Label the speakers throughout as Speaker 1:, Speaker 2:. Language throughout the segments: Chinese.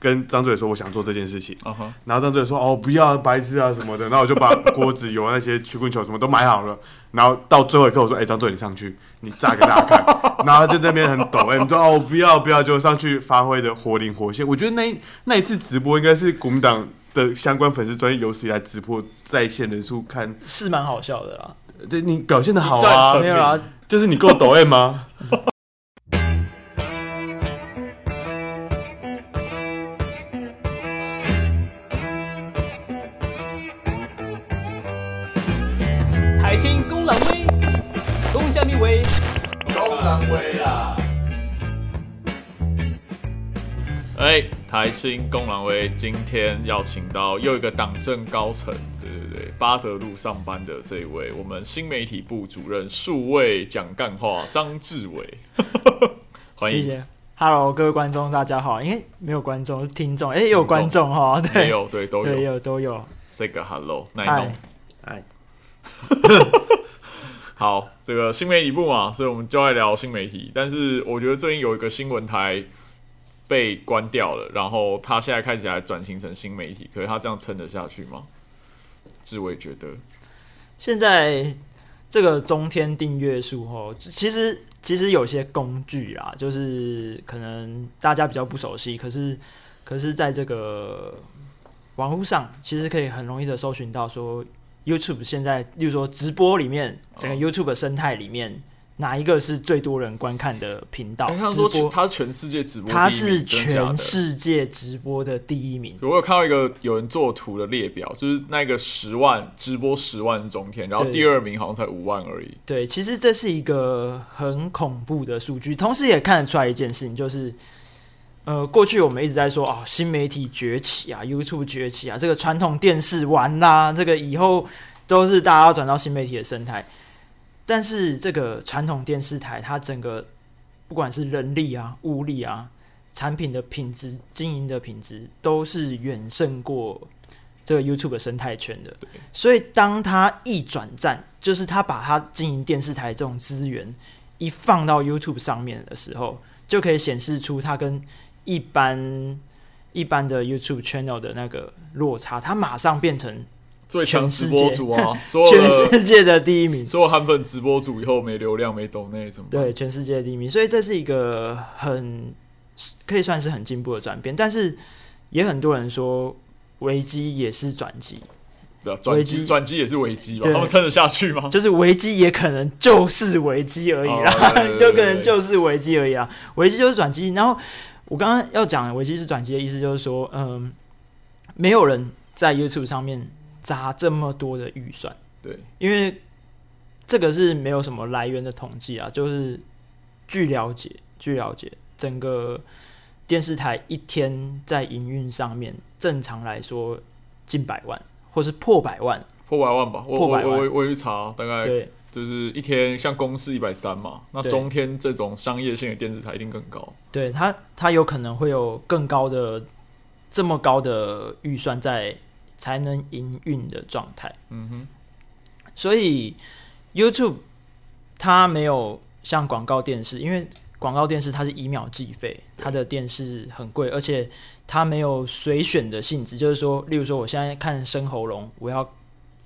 Speaker 1: 跟张志伟说我想做这件事情，
Speaker 2: 嗯哼，
Speaker 1: 然后张志伟说哦不要啊白痴啊什么的，然后我就把锅子油那些曲棍球什么都买好了，然后到最后一刻我说哎张志伟你上去你炸给大家看， 然后他就在那边很抖 M 说哦不要不要就上去发挥的活灵活现，我觉得那一那一次直播应该是国民党的相关粉丝专业有史以来直播在线人数看，
Speaker 3: 是蛮好笑的啦。
Speaker 1: 呃对你表现的好
Speaker 2: 你赞
Speaker 1: 啊
Speaker 2: 成，
Speaker 3: 没有啦，
Speaker 1: 就是你够抖哎 M 吗？
Speaker 3: 台青公狼威，公下面威。
Speaker 2: 哎，台新公狼威今天邀请到又一个党政高层，对对对，巴德路上班的这一位，我们新媒体部主任数位讲干话张志伟， 欢迎，
Speaker 3: 谢谢。Hello，各位观众，大家好。因为没有观众，是听众，哎、也有观众哈，对，
Speaker 2: 没，有 对都
Speaker 3: 对，也
Speaker 2: 有
Speaker 3: 有都有。
Speaker 2: ，say 个 hello，那一
Speaker 3: 嗨
Speaker 2: 弄。，
Speaker 1: 哎，
Speaker 2: 好，这个新媒体部嘛，所以我们就来聊新媒体。但是我觉得最近有一个新闻台被关掉了，然后他现在开始来转型成新媒体，可是他这样撑得下去吗？志伟觉得，
Speaker 3: 现在这个中天订阅数哦，其实其实有些工具啦，就是可能大家比较不熟悉，可是可是在这个网络上，其实可以很容易的搜寻到说 YouTube 现在，例如说直播里面，整个
Speaker 2: 哦
Speaker 3: YouTube 的生态里面，哪一个是最多人观看的频道？
Speaker 2: 哎他
Speaker 3: 直
Speaker 2: 说全
Speaker 3: 播，
Speaker 2: 他全世界直播第一名，
Speaker 3: 它是
Speaker 2: 真假的
Speaker 3: 全世界直播的第一名。
Speaker 2: 我有看到一个有人做图的列表，就是那个十万直播十万中天，然后
Speaker 3: 对
Speaker 2: 第二名好像才五万而已。
Speaker 3: 对，其实这是一个很恐怖的数据，同时也看得出来一件事情，就是，呃，过去我们一直在说啊、新媒体崛起啊，YouTube 崛起啊，这个传统电视完啦，这个以后都是大家要转到新媒体的生态。但是这个传统电视台，它整个不管是人力啊、物力啊、产品的品质、经营的品质，都是远胜过这个 YouTube 的生态圈的。所以当他一转战，就是他把他经营电视台这种资源一放到 YouTube 上面的时候，就可以显示出它跟一般一般的 YouTube channel 的那个落差，它马上变成
Speaker 2: 最强
Speaker 3: 全
Speaker 2: 直
Speaker 3: 世
Speaker 2: 播
Speaker 3: 界
Speaker 2: 主啊， 所有
Speaker 3: 全
Speaker 2: 的
Speaker 3: 世界的第 一名。
Speaker 2: 所有韩粉直播主以后没流量没抖内怎么办？
Speaker 3: 对，全世界第一名，所以这是一个很可以算是很进步的转变，但是也很多人说危机也是转机，
Speaker 2: 对啊，转
Speaker 3: 危
Speaker 2: 机
Speaker 3: 机
Speaker 2: 转机也是危机吧？
Speaker 3: 对
Speaker 2: 他们撑得下去吗？
Speaker 3: 就是危机也可能就是危机而已
Speaker 2: 哦对
Speaker 3: 啦
Speaker 2: 对，对
Speaker 3: 有可能就是危机而已啦，危机就是转机。然后我刚刚要讲的危机是转机的意思，就是说，嗯，没有人在 YouTube 上面砸这么多的预算。
Speaker 2: 对，
Speaker 3: 因为这个是没有什么来源的统计啊，就是据了解，据了解，整个电视台一天在营运上面，正常来说近百万或是破百万，
Speaker 2: 破百万吧，我
Speaker 3: 破
Speaker 2: 我
Speaker 3: 百万
Speaker 2: 我我我去查，大概
Speaker 3: 对
Speaker 2: 就是一天，像公司一百三嘛，那
Speaker 3: 对
Speaker 2: 中天这种商业性的电视台一定更高。
Speaker 3: 对，它它有可能会有更高的这么高的预算在才能营运的状态。
Speaker 2: 嗯哼，
Speaker 3: 所以 YouTube 它没有像广告电视，因为广告电视它是以秒计费，它的电视很贵，而且它没有随选的性质，就是说，例如说我现在看生喉龙，我要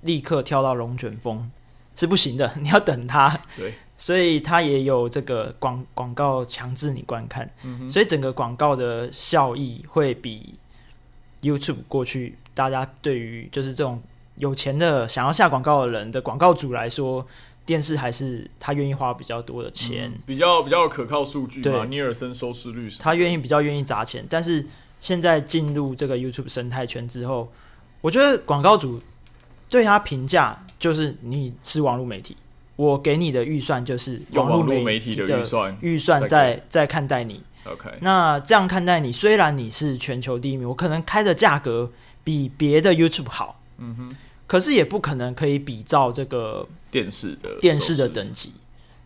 Speaker 3: 立刻跳到龙卷风是不行的， 你要等它。
Speaker 2: 对，
Speaker 3: 所以它也有这个广广告强制你观看，
Speaker 2: 嗯哼，
Speaker 3: 所以整个广告的效益会比 YouTube 过去大家对于就是这种有钱的想要下广告的人的广告主来说，电视还是他愿意花比较多的钱，
Speaker 2: 嗯比较比较有可靠数据嘛，
Speaker 3: 对
Speaker 2: 尼尔森收视率什么
Speaker 3: 他愿意比较愿意砸钱。但是现在进入这个 YouTube 生态圈之后，我觉得广告主对他评价就是你是网络媒体，我给你的预算就是
Speaker 2: 用
Speaker 3: 络
Speaker 2: 网络媒体
Speaker 3: 体
Speaker 2: 的预算。
Speaker 3: 预算
Speaker 2: 在
Speaker 3: 在在看待你。
Speaker 2: OK，
Speaker 3: 那这样看待你，虽然你是全球第一名，我可能开的价格比别的 YouTube 好，
Speaker 2: 嗯哼，
Speaker 3: 可是也不可能可以比照这个
Speaker 2: 电视的
Speaker 3: 电视的
Speaker 2: 收视
Speaker 3: 等级。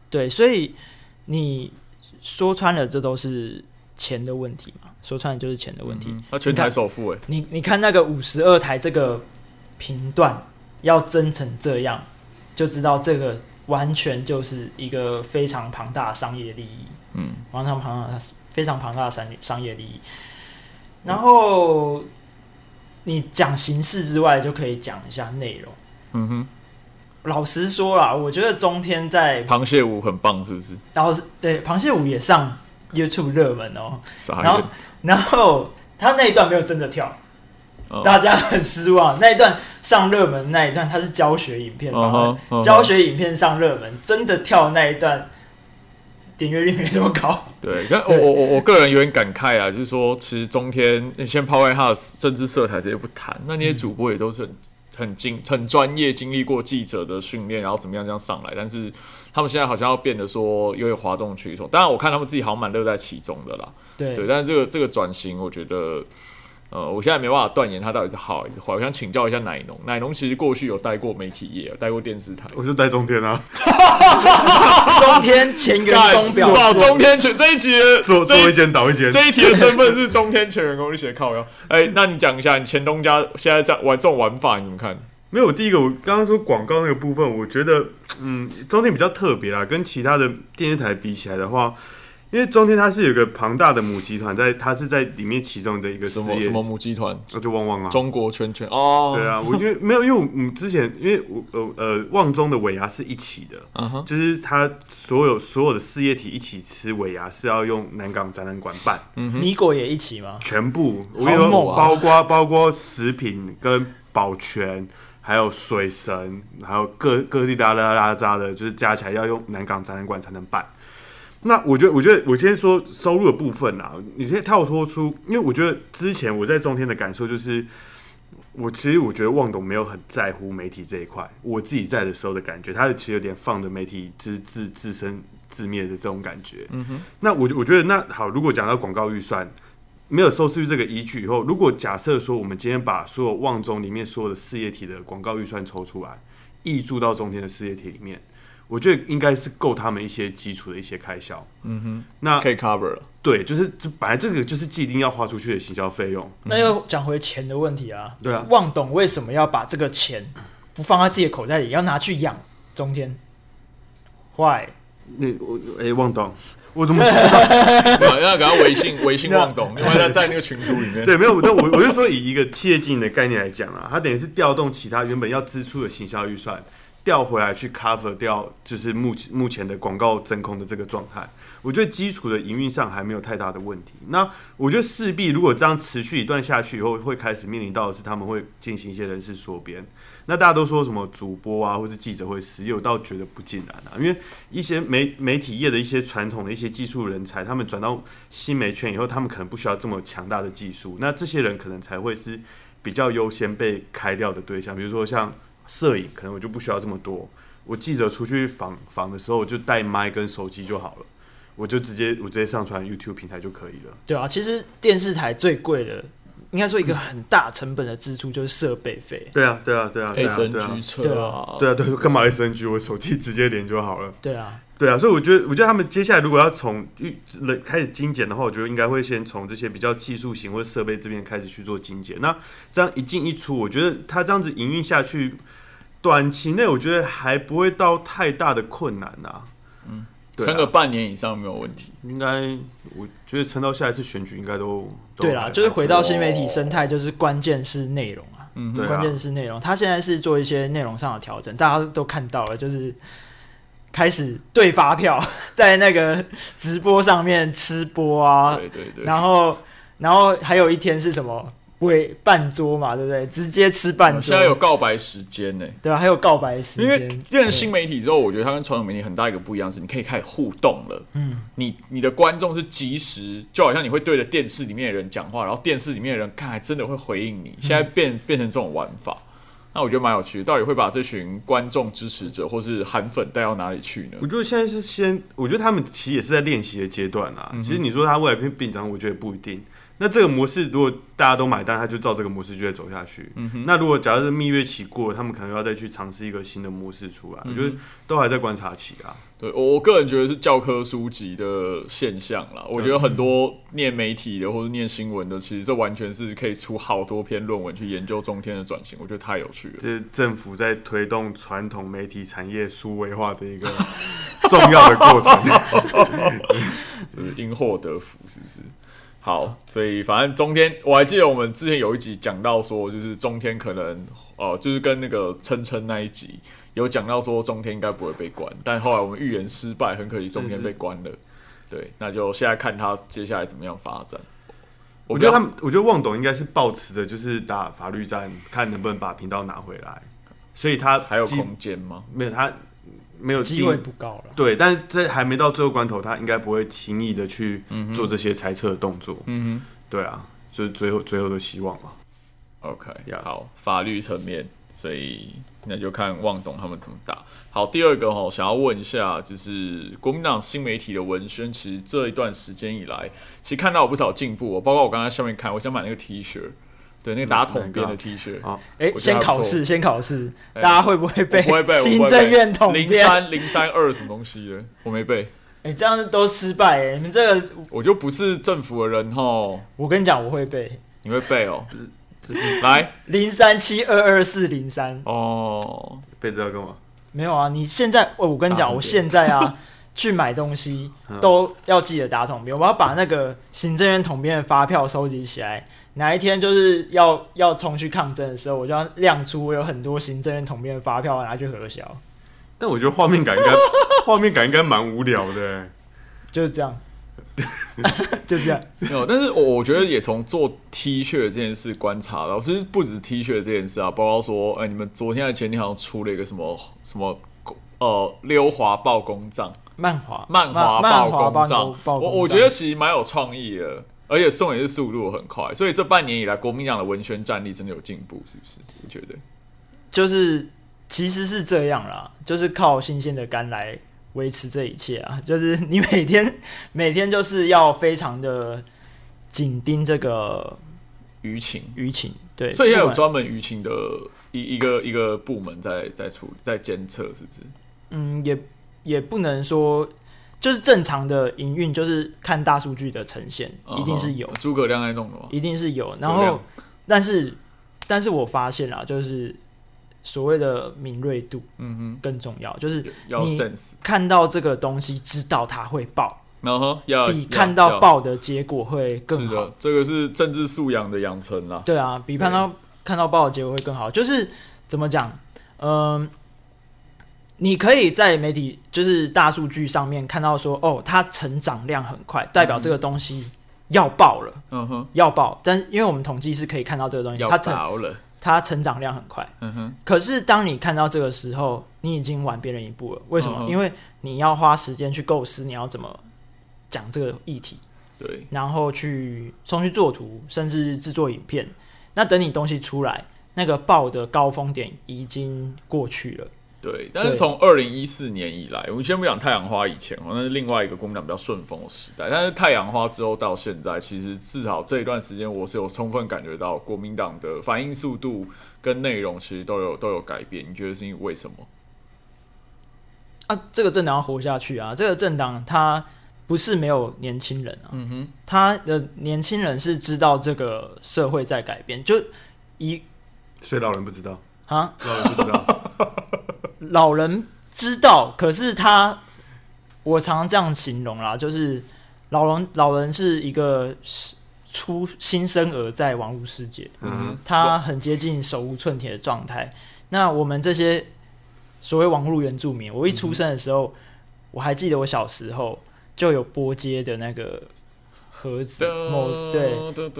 Speaker 3: 对，所以你说穿了，这都是钱的问题嘛？说穿了就是钱的问题。
Speaker 2: 嗯哼他全台首富哎，
Speaker 3: 你你看那个五十二台这个频段要增成这样，就知道这个完全就是一个非常庞大的商业利益。
Speaker 2: 嗯，
Speaker 3: 非常庞大的商非常庞大的商业商业利益。然后你讲形式之外，就可以讲一下内容。
Speaker 2: 嗯哼，
Speaker 3: 老实说啦，我觉得中天在
Speaker 2: 螃蟹舞很棒，是不是？
Speaker 3: 老师对螃蟹舞也上 YouTube 热门哦，
Speaker 2: 傻
Speaker 3: 然后
Speaker 2: 眼。嗯
Speaker 3: 然后他那一段没有真的跳，
Speaker 2: 哦
Speaker 3: 大家很失望。那一段上热门那一段，它是教学影片
Speaker 2: 嗯
Speaker 3: 方案，
Speaker 2: 哼嗯哼
Speaker 3: 教学影片上热门，真的跳那一段点阅率没这么高。
Speaker 2: 对，但我
Speaker 3: 对
Speaker 2: 我我我个人有点感慨啊，就是说，其实中天你先抛开他的政治色彩，这些不谈，那那些
Speaker 1: 嗯
Speaker 2: 主播也都是很很经很专业，经历过记者的训练，然后怎么样这样上来，但是他们现在好像要变得说有点哗众取宠，当然我看他们自己好像蛮乐在其中的啦，
Speaker 3: 对
Speaker 2: 对，但是这个这个转型，我觉得。呃，我现在没办法断言它到底是好还是坏。我想请教一下奶农，奶农其实过去有待过媒体业，有待过电视台，
Speaker 1: 我就在中天啊，
Speaker 3: 中天前 员工表
Speaker 2: 哇
Speaker 3: 示，
Speaker 2: 中天全这一集的
Speaker 1: 做
Speaker 2: 这
Speaker 1: 做一间倒一间，
Speaker 2: 这一题的身份是中天前员工，你写靠腰。 哎、那你讲一下，你前东家现在在玩这种玩法，你怎么看？
Speaker 1: 没有，第一个我刚刚说广告那个部分，我觉得，嗯，中天比较特别啦，跟其他的电视台比起来的话，因为中天它是有一个庞大的母集团在，它是在里面其中的一个事
Speaker 2: 什么
Speaker 1: 业，
Speaker 2: 什么母集团？
Speaker 1: 那就旺旺啊。
Speaker 2: 中国圈圈哦，
Speaker 1: 对，啊，我因为没有，因为我们之前因为我呃呃旺中的尾牙是一起的，
Speaker 2: 嗯哼，
Speaker 1: 就是它所有所有的事业体一起吃尾牙是要用南港展览馆办，
Speaker 3: 米果也一起吗？
Speaker 1: 全部我跟你说，
Speaker 3: 好猛啊
Speaker 1: 包括包括食品跟保全，还有水神，还有各各地拉拉拉扎的，就是加起来要用南港展览馆才能办。那我觉得，我觉得我先说收入的部分啊，你可以跳脱出，因为我觉得之前我在中天的感受就是，我其实我觉得旺董没有很在乎媒体这一块，我自己在的时候的感觉，他其实有点放着媒体之自自生自灭的这种感觉。嗯哼，那我我觉得那好，如果讲到广告预算，没有收视率这个依据以后，如果假设说我们今天把所有旺中里面所有的事业体的广告预算抽出来，溢注到中天的事业体里面，我觉得应该是够他们一些基础的一些开销。嗯哼，那
Speaker 2: 可以 cover 了。
Speaker 1: 对，就是这本来这个就是既定要花出去的行销费用。
Speaker 3: 那又讲回钱的问题啊。
Speaker 1: 嗯对啊
Speaker 3: 旺董为什么要把这个钱不放在自己的口袋里，要拿去养中天？Why？
Speaker 1: 那我哎，旺董，我怎么知道？
Speaker 2: 要给他微信微信望 董，另外他在那个群组里面。
Speaker 1: 对，没有，但我我就说以一个企业经营的概念来讲啊，它等于是调动其他原本要支出的行销预算，调回来去 cover 掉，就是目前目前的广告真空的这个状态。我觉得基础的营运上还没有太大的问题。那我觉得势必如果这样持续一段下去以后，会开始面临到的是他们会进行一些人事缩编。那大家都说什么主播啊，或是记者会失业，我倒觉得不尽然啊，因为一些媒媒体业的一些传统的一些技术人才，他们转到新媒圈以后，他们可能不需要这么强大的技术，那这些人可能才会是比较优先被开掉的对象。比如说像摄影，可能我就不需要这么多，我记者出去访访的时候，我就带麦跟手机就好了，我就直接我直接上传 YouTube 平台就可以了。
Speaker 3: 对啊，其实电视台最贵的，应该说一个很大成本的支出就是设备费。
Speaker 1: 对啊，对啊，对啊，对啊，对啊
Speaker 2: SNG，车啊，
Speaker 1: 对啊，对，干嘛 SNG？我手机直接连就好了。
Speaker 3: 对啊，
Speaker 1: 对啊，所以我觉得，我觉得他们接下来如果要从预人开始精简的话，我觉得应该会先从这些比较技术型或者设备这边开始去做精简。那这样一进一出，我觉得它这样子营运下去，短期内我觉得还不会到太大的困难啊。嗯，
Speaker 2: 撑
Speaker 1: 对
Speaker 2: 个
Speaker 1: 啊，
Speaker 2: 半年以上没有问题。
Speaker 1: 应该我觉得撑到下一次选举应该都都
Speaker 3: 对
Speaker 1: 还
Speaker 3: 啦，就是回
Speaker 1: 还
Speaker 3: 到新媒体
Speaker 1: 啊
Speaker 3: 生态，就是关键是内容啊。
Speaker 2: 嗯
Speaker 1: 对啊
Speaker 2: 哼，
Speaker 3: 关键是内容，它现在是做一些内容上的调整，大家都看到了，就是开始对发票 在那个直播上面吃播啊，
Speaker 2: 对对对，
Speaker 3: 然后然后还有一天是什么为半桌嘛，对不对？直接吃半桌，
Speaker 2: 现在有告白时间呢、
Speaker 3: 对啊，还有告白时
Speaker 2: 因为
Speaker 3: 间，
Speaker 2: 认识新媒体之后，我觉得它跟传统媒体很大一个不一样是，你可以开始互动了。嗯，你你的观众是及时，就好像你会对着电视里面的人讲话，然后电视里面的人看，还真的会回应
Speaker 3: 嗯
Speaker 2: 你。现在变变成这种玩法，那我觉得蛮有趣的。到底会把这群观众支持者或是韩粉带到哪里去呢
Speaker 1: 我？觉得现在是先，我觉得他们其实也是在练习的阶段啦。
Speaker 3: 嗯
Speaker 1: 其实你说他未来变变长，我觉得不一定。那这个模式如果大家都买单，他就照这个模式就会走下去。
Speaker 3: 嗯
Speaker 1: 那如果假如是蜜月期过了，他们可能要再去尝试一个新的模式出
Speaker 3: 嗯
Speaker 1: 来。我觉得都还在观察期啊。
Speaker 2: 对我我个人觉得是教科书籍的现象啦。我觉得很多念媒体的或者念新闻的，其实这完全是可以出好多篇论文去研究中天的转型，我觉得太有趣了。
Speaker 1: 这是政府在推动传统媒体产业数位化的一个重要的过程。
Speaker 2: 就是因祸得福，是不是？好，所以反正中天，我还记得我们之前有一集讲到说，就是中天可能哦、呃就是跟那个琛琛那一集有讲到说中天应该不会被关，但后来我们预言失败，很可惜中天被关了。对，那就现在看他接下来怎么样发展。
Speaker 1: 我觉得
Speaker 2: 不
Speaker 1: 他
Speaker 2: 要
Speaker 1: 们，我觉得旺董应该是抱持的，就是打法律战，看能不能把频道拿回来。所以他
Speaker 2: 还有
Speaker 1: 既
Speaker 2: 空间吗？
Speaker 1: 没有他没有
Speaker 3: 机
Speaker 1: 定
Speaker 3: 会不高了。
Speaker 1: 对，但是这还没到最后关头，他应该不会轻易的去做这些猜测的动作。
Speaker 2: 嗯
Speaker 1: 对啊，就是最后最后的希望嘛。
Speaker 2: 哼，OK，
Speaker 1: Yeah
Speaker 2: 好，法律层面，所以那就看望董他们怎么打。好，第二个哈，想要问一下，就是国民党新媒体的文宣，其实这一段时间以来，其实看到有不少进步、哦，包括我刚才下面看，我想买那个 T 恤，对，那个打桶边的 T 恤。
Speaker 1: 好，
Speaker 3: 哎，
Speaker 2: 我觉得
Speaker 3: 先
Speaker 2: 还不错
Speaker 3: 考试，先考试，
Speaker 2: 哎
Speaker 3: 大家会不会
Speaker 2: 我
Speaker 3: 被
Speaker 2: 不会背，我不会
Speaker 3: 行
Speaker 2: 背
Speaker 3: 政院统
Speaker 2: 零
Speaker 3: 编？
Speaker 2: 三零三二什么东西的，我没背，
Speaker 3: 哎，这样都失败哎！你们这个，
Speaker 2: 我就不是政府的人吼，
Speaker 3: 我跟你讲，我会背
Speaker 2: 你会背哦，来
Speaker 3: 零三七二二四零三。
Speaker 2: 哦，
Speaker 1: 被知道干嘛？
Speaker 3: 没有啊，你现在，哦、我跟你
Speaker 2: 打
Speaker 3: 讲，
Speaker 2: 桶
Speaker 3: 我
Speaker 2: 边
Speaker 3: 现在 啊去买东西
Speaker 1: 嗯
Speaker 3: 都要记得打桶边，我要把那个行政院统编的发票收集起来。哪一天就是要要冲去抗争的时候，我就要亮出我有很多行政院统编的发票拿去核销，
Speaker 1: 但我觉得画面感应该 画面感应该蛮无聊的、欸。
Speaker 3: 就是 这样，就这样。
Speaker 2: 没有，但是我我觉得也从做 T 恤这件事观察到，其实不止 T 恤这件事啊，包括说，哎、你们昨天还前天好像出了一个什么什么。呃，溜滑爆公账，
Speaker 3: 漫画，
Speaker 2: 漫滑
Speaker 3: 漫
Speaker 2: 爆公
Speaker 3: 账
Speaker 2: 账，，我我觉得其实蛮有创意的，而且送也是速度很快，所以这半年以来，国民党的文宣战力真的有进步，是不是？你觉得？
Speaker 3: 就是其实是这样啦，就是靠新鲜的肝来维持这一切啊。就是 你每天每天就是要非常的紧盯这个
Speaker 2: 舆情，
Speaker 3: 舆情，对，
Speaker 2: 所以要有
Speaker 3: 不管
Speaker 2: 专门舆情的一一个一个部门在在处在监测，是不是？
Speaker 3: 嗯，也也不能说就是正常的营运，就是看大数据的呈现，一定是有
Speaker 2: 嗯，诸葛亮在弄的吗？
Speaker 3: 一定是有。然
Speaker 2: 流量
Speaker 3: 后，但是但是我发现啦，就是所谓的敏锐度
Speaker 2: 嗯
Speaker 3: 更重要，就是
Speaker 2: 哼，要
Speaker 3: 你
Speaker 2: sense，
Speaker 3: 看到这个东西，知道它会爆。
Speaker 2: 然后要
Speaker 3: 比
Speaker 2: 要
Speaker 3: 看
Speaker 2: 要
Speaker 3: 到爆的结果会更
Speaker 2: 是
Speaker 3: 好
Speaker 2: 的。，这个是政治素养的养成啦。
Speaker 3: 对啊，比看到看到爆的结果会更好。就是怎么讲，嗯、你可以在媒体就是大数据上面看到说，哦，它成长量很快，代表这个东西要爆了，
Speaker 2: 嗯哼，
Speaker 3: 要爆。但因为我们统计是可以看到这个东西，
Speaker 2: 要
Speaker 3: 它成
Speaker 2: 着了。
Speaker 3: 它成长量很快。
Speaker 2: 嗯哼，
Speaker 3: 可是当你看到这个时候，你已经晚别人一步了。为什么？
Speaker 2: 嗯嗯
Speaker 3: 因为你要花时间去构思你要怎么讲这个议题。
Speaker 2: 对，
Speaker 3: 然后去送去做图，甚至制作影片。那等你东西出来，那个爆的高峰点已经过去了。
Speaker 2: 对，但是从二零一四年以来，我们先不讲太阳花以前哦，那是另外一个国民党比较顺风的时代。但是太阳花之后到现在，其实至少这一段时间，我是有充分感觉到国民党的反应速度跟内容其实都有都有改变。你觉得是因为什么？
Speaker 3: 啊，这个政党要活下去啊！这个政党它不是没有年轻人啊，
Speaker 2: 嗯哼，
Speaker 3: 他的年轻人是知道这个社会在改变，就一
Speaker 1: 所以老人不知道，
Speaker 3: 啊
Speaker 1: 老人 不知道，
Speaker 3: 老人知道，可是他我常常这样形容啦，就是老人老人是一个出新生儿在网络世界，
Speaker 1: 嗯哼，
Speaker 3: 他很接近手无寸铁的状态。那我们这些所谓网络原住民，我一出生的时候，我还记得我小时候就有波接的那个盒子，某对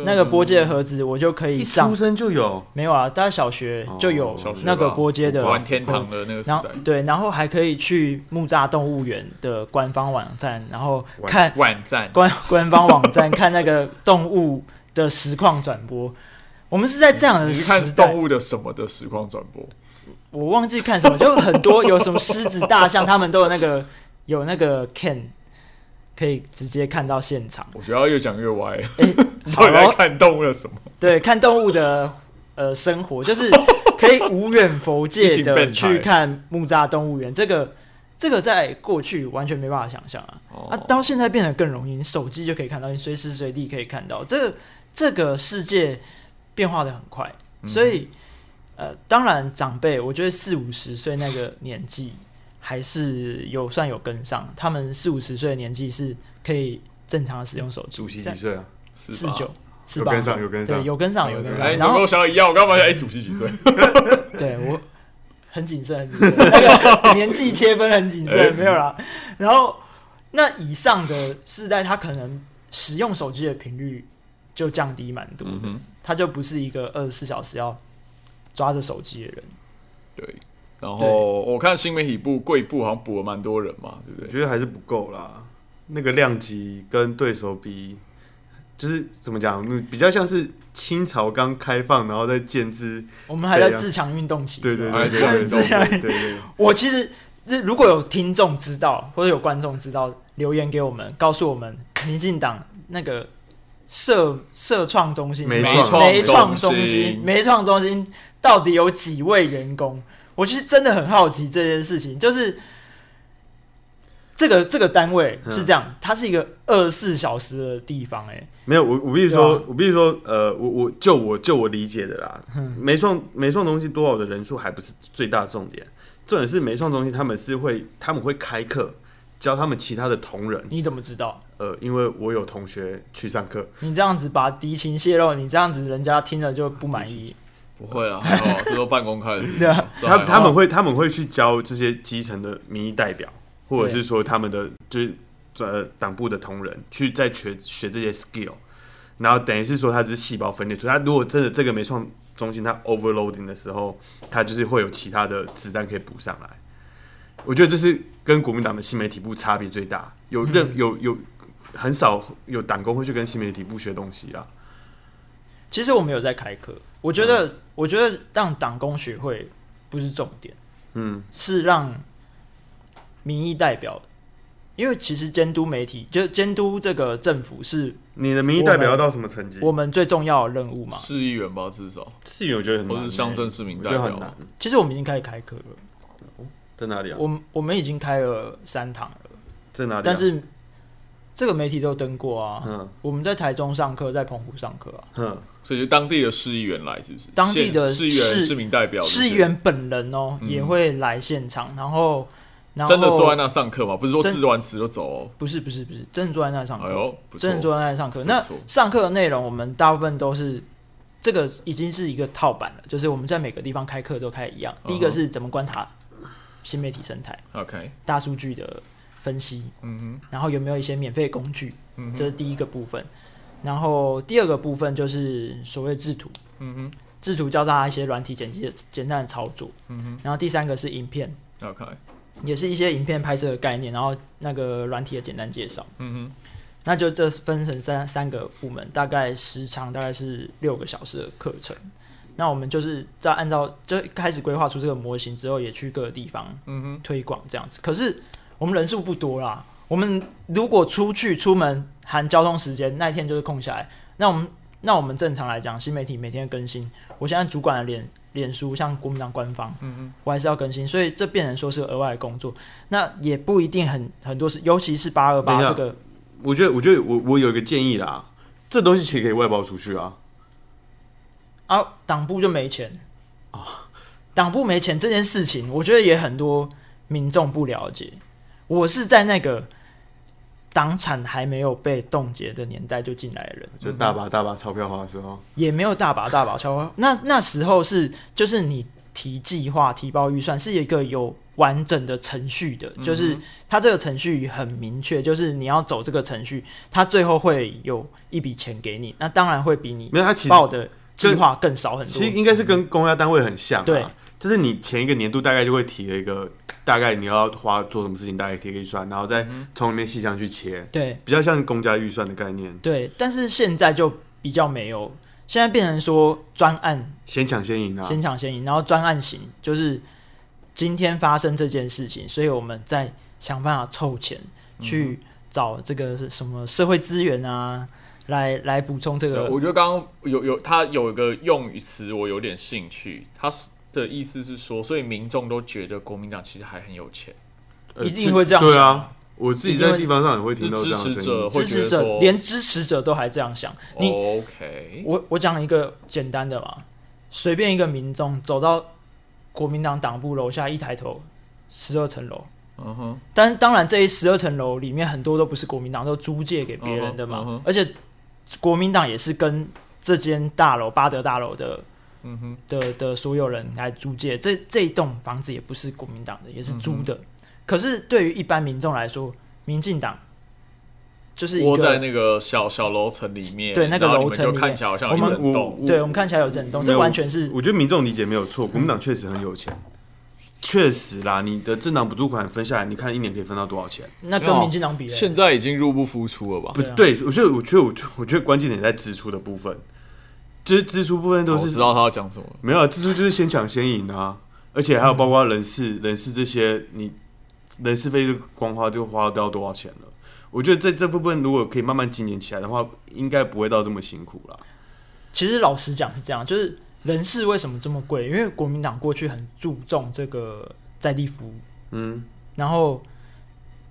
Speaker 3: 那个波接的盒子，我就可以
Speaker 1: 一
Speaker 3: 上
Speaker 1: 出。生就有，
Speaker 3: 没有啊，大家小学就有
Speaker 1: 哦小学
Speaker 3: 那个波接的
Speaker 2: 啊玩天堂的那个时
Speaker 3: 然后
Speaker 2: 代，
Speaker 3: 对，然后还可以去木栅动物园的官方网站，然后看
Speaker 2: 晚战
Speaker 3: 官 官方网站看那个动物的实况转播。我们是在这样 的
Speaker 2: 你
Speaker 3: 时
Speaker 2: 是看
Speaker 3: 代
Speaker 2: 动物的什么的实况转播？
Speaker 3: 我忘记看什么，就很多有什么狮子、大象，他们都有那个有那个 can，可以直接看到现场。
Speaker 2: 我觉得越讲越 歪，
Speaker 3: 好
Speaker 2: 到底在
Speaker 3: 咯，
Speaker 2: 看动物了什么？
Speaker 3: 对，看动物的呃生活，就是可以无远 佛
Speaker 2: 一
Speaker 3: 界
Speaker 2: 景
Speaker 3: 的
Speaker 2: 变态
Speaker 3: 去看木栅动物园。这个这个在过去完全没办法想象啊，
Speaker 2: 哦
Speaker 3: 啊，到现在变得更容易，你手机就可以看到，你随时随地可以看到。这个这个世界变化的很快，所以、呃，当然长辈，我觉得四五十岁那个年纪还是有算有跟上，他们四五十岁的年纪是可以正常地使用手机。
Speaker 1: 主席
Speaker 3: 但
Speaker 1: 几岁啊？
Speaker 2: 四
Speaker 3: 四九。四
Speaker 1: 有
Speaker 3: 八
Speaker 1: 跟上，有跟
Speaker 3: 对，
Speaker 1: 上，
Speaker 3: 有跟上，有跟
Speaker 2: 哎，
Speaker 3: 上。
Speaker 2: 你
Speaker 3: 然
Speaker 2: 跟
Speaker 3: 后
Speaker 2: 我想的一样，我刚刚发现，哎，主席几 岁？
Speaker 3: 对我很谨慎，很谨慎，那个年纪切分很谨
Speaker 2: 哎
Speaker 3: 慎，没有啦。然后那以上的世代，他可能使用手机的频率就降低蛮多，
Speaker 2: 嗯哼，
Speaker 3: 他就不是一个二十四小时要抓着手机的人。
Speaker 2: 对。然后我看新媒体部贵部好像补了蛮多人嘛，对不
Speaker 1: 我
Speaker 2: 对？
Speaker 1: 觉得还是不够啦。那个量级跟对手比，就是怎么讲，嗯比较像是清朝刚开放，然后再建制。
Speaker 3: 我们还在
Speaker 1: 对啊
Speaker 3: 自强运动期，
Speaker 1: 对对
Speaker 2: 哎
Speaker 1: 对对对
Speaker 3: 自强
Speaker 1: 对对对，
Speaker 3: 我其实这如果有听众知道，或者有观众知道，留言给我们，告诉我们民进党那个社社创中心、
Speaker 1: 媒
Speaker 3: 是吧
Speaker 1: 创
Speaker 3: 媒创
Speaker 2: 中心
Speaker 3: 中心、媒创中心到底有几位员工？我其实真的很好奇这件事情，就是这个这个单位是这样，它是一个二十四小时的地方、哎，
Speaker 1: 没有我我必须
Speaker 3: 对
Speaker 1: 说，我必须说，呃，我我就我就我理解的啦， 没创没创中心多少的人数还不是最大的重点，重点是没创中心他们是会他们会开课教他们其他的同仁，
Speaker 3: 你怎么知道？
Speaker 1: 呃，因为我有同学去上课，
Speaker 3: 你这样子把敌情泄露，你这样子人家听了就不满意。
Speaker 2: 不会 啦，还
Speaker 3: 哦
Speaker 2: 好，这都半公开的事情。
Speaker 3: 对啊
Speaker 2: 这还
Speaker 1: 他
Speaker 2: 好
Speaker 1: 他们会他们会去教这些基层的民意代表，或者
Speaker 3: 对
Speaker 1: 是说他们的就是呃党部的同仁去再学学这些 skill，然后等于是说他只是细胞分裂出，他如果真的这个没创中心它 overloading 的时候，它就是会有其他的子弹可以补上来。我觉得这是跟国民党的新媒体部差别最大，有
Speaker 2: 嗯
Speaker 1: 任有有很少有党工会去跟新媒体部学东西啊。
Speaker 3: 其实我们有在开课，我觉
Speaker 2: 嗯
Speaker 3: 得，我觉得让党工学会不是重点，
Speaker 1: 嗯，
Speaker 3: 是让民意代表，因为其实监督媒体，就监督这个政府是
Speaker 1: 你的民意代表要到什么层级？
Speaker 3: 我们最重要的任务嘛。
Speaker 2: 市议员吧，至少
Speaker 1: 市议员我觉得很
Speaker 2: 或
Speaker 1: 难、
Speaker 2: 是
Speaker 1: 欸，
Speaker 2: 乡镇市民
Speaker 1: 我
Speaker 2: 代
Speaker 1: 觉得很
Speaker 2: 表啊
Speaker 1: 难。。
Speaker 3: 其实我们已经开始开课了，
Speaker 1: 在哪里啊？
Speaker 3: 我们我们已经开了三堂了，
Speaker 1: 在哪里、啊？
Speaker 3: 但是这个媒体都有登过啊。
Speaker 1: 嗯
Speaker 3: 我们在台中上课，在澎湖上课啊。
Speaker 1: 哼，
Speaker 2: 所以就当地的市议员来，是不是？
Speaker 3: 当地的
Speaker 2: 县市议员、
Speaker 3: 市
Speaker 2: 市民代表、
Speaker 3: 市议员本人哦、
Speaker 2: 嗯
Speaker 3: 也会来现场，然后然后
Speaker 2: 真的坐在那上课吗？不是说
Speaker 3: 真
Speaker 2: 吃完吃就走哦。
Speaker 3: 不是不是不是，真的坐在那上课。
Speaker 2: 哎呦，不错
Speaker 3: 真的坐在那里上课。
Speaker 2: 不
Speaker 3: 那
Speaker 2: 错
Speaker 3: 上课的内容，我们大部分都是这个已经是一个套版了，就是我们在每个地方开课都开一样。第一
Speaker 2: 嗯
Speaker 3: 个
Speaker 2: 哼
Speaker 3: 是怎么观察新媒体生态、
Speaker 2: OK，
Speaker 3: 大数据的分析，
Speaker 2: 嗯
Speaker 3: 然后有没有一些免费工具，
Speaker 2: 哼，嗯
Speaker 3: 这
Speaker 2: 哼，
Speaker 3: 是第一个部分。然后第二个部分就是所谓制图，
Speaker 2: 嗯
Speaker 3: 制图教大家一些软体剪辑的简单的操作。
Speaker 2: 嗯哼
Speaker 3: 然后第三个是影片，
Speaker 2: 哼，OK，
Speaker 3: 也是一些影片拍摄的概念，然后那个软体的简单介绍。
Speaker 2: 嗯
Speaker 3: 那就这分成三三个部门，大概时长大概是六个小时的课程。那我们就是在按照就开始规划出这个模型之后，也去各个地方
Speaker 2: 哼，嗯哼，
Speaker 3: 推广这样子。可是我们人数不多啦，我们如果出去出门含交通时间那一天就是空下来，那我们那我们正常来讲，新媒体每天更新，我现在主管的脸脸书像国民党官方，
Speaker 2: 嗯哼，
Speaker 3: 我还是要更新，所以这变成说是额外的工作，那也不一定很很多是，尤其是八二
Speaker 1: 等
Speaker 3: 八
Speaker 1: 一下
Speaker 3: 这个
Speaker 1: 我觉得，我觉得我我有一个建议啦，这东西其实可以外包出去啊。
Speaker 3: 啊，党部就没钱党部没钱这件事情，我觉得也很多民众不了解。我是在那个党产还没有被冻结的年代就进来的人，
Speaker 1: 就大把大把钞票花的时候，
Speaker 3: 也没有大把大把超。那那时候是就是你提计划、提报预算是一个有完整的程序的，就是
Speaker 2: 嗯哼
Speaker 3: 它这个程序很明确，就是你要走这个程序，它最后会有一笔钱给你，那当然会比你
Speaker 1: 没有它其实
Speaker 3: 报的计划更少很多
Speaker 1: 其。实应该是跟公家单位很像、啊，
Speaker 3: 对，
Speaker 1: 就是你前一个年度大概就会提了一个大概你要花做什么事情，大概提个预算，然后
Speaker 3: 嗯
Speaker 1: 再从里面细项去切，
Speaker 3: 对，
Speaker 1: 比较像公家预算的概念，
Speaker 3: 对，但是现在就比较没有，现在变成说专案
Speaker 1: 先抢先赢啊。
Speaker 3: 先抢先赢，然后专案型就是今天发生这件事情，所以我们再想办法凑钱去找这个是什么社会资源啊，来来补充这
Speaker 2: 对
Speaker 3: 个
Speaker 2: 我觉得刚刚有有他有一个用语词，我有点兴趣，他是的意思是说，所以民众都觉得国民党其实还很有钱，
Speaker 1: 呃
Speaker 3: 一定
Speaker 1: 去
Speaker 3: 会这样
Speaker 1: 对
Speaker 3: 想
Speaker 1: 啊，我自己
Speaker 3: 一定
Speaker 1: 在
Speaker 3: 会
Speaker 1: 地方上也会
Speaker 2: 就是
Speaker 1: 听到这
Speaker 2: 支
Speaker 1: 样的
Speaker 2: 持
Speaker 1: 声
Speaker 2: 者
Speaker 1: 音。
Speaker 2: 会
Speaker 3: 支
Speaker 2: 觉得
Speaker 3: 持
Speaker 2: 说哦
Speaker 3: 者，连支持者都还这样想，你
Speaker 2: OK，
Speaker 3: 我我讲一个简单的嘛，随便一个民众走到国民党党部楼下，一抬头，十二层楼。
Speaker 2: 嗯哼，
Speaker 3: 但当然，这一十二层楼里面很多都不是国民党，都租借给别人的嘛。
Speaker 2: 嗯哼嗯哼
Speaker 3: 而且国民党也是跟这间大楼巴德大楼的
Speaker 2: 嗯哼，
Speaker 3: 的的所有人来租借，这这一栋房子也不是国民党的，也是租
Speaker 2: 嗯
Speaker 3: 的。可是对于一般民众来说，民进党就是一
Speaker 2: 窝在
Speaker 3: 个，
Speaker 2: 那个小小楼层里面，
Speaker 3: 对那个
Speaker 2: 然后你
Speaker 3: 楼
Speaker 2: 们
Speaker 3: 层里
Speaker 2: 就
Speaker 3: 面
Speaker 2: 看起来好像
Speaker 1: 我
Speaker 2: 有一
Speaker 1: 们
Speaker 2: 整栋，
Speaker 1: 我
Speaker 3: 对我们看起来有震动，
Speaker 1: 没
Speaker 3: 哦这
Speaker 1: 有
Speaker 3: 完全是
Speaker 1: 我觉得民众理解没有错，国民党确实很有钱，确实啦，你的政党补助款分下来，你看一年可以分到多少钱？
Speaker 3: 那跟
Speaker 2: 没有
Speaker 3: 民进党比嘞，
Speaker 2: 哦现在已经入不敷出了吧？
Speaker 1: 不
Speaker 3: 对啊
Speaker 1: 对，我觉得我觉得我觉得我觉得关键点在支出的部分，就是支出部分都
Speaker 2: 哦我
Speaker 1: 是
Speaker 2: 知道他要讲什么了，
Speaker 1: 没有啊，支出就是先抢先赢啊，而且还有包括人
Speaker 2: 嗯
Speaker 1: 事、人事这些，你人事费就光花就花掉多少钱了。我觉得在这部分如果可以慢慢经营起来的话，应该不会到这么辛苦了。
Speaker 3: 其实老实讲是这样，就是人事为什么这么贵？因为国民党过去很注重这个在地服务，
Speaker 1: 嗯，
Speaker 3: 然后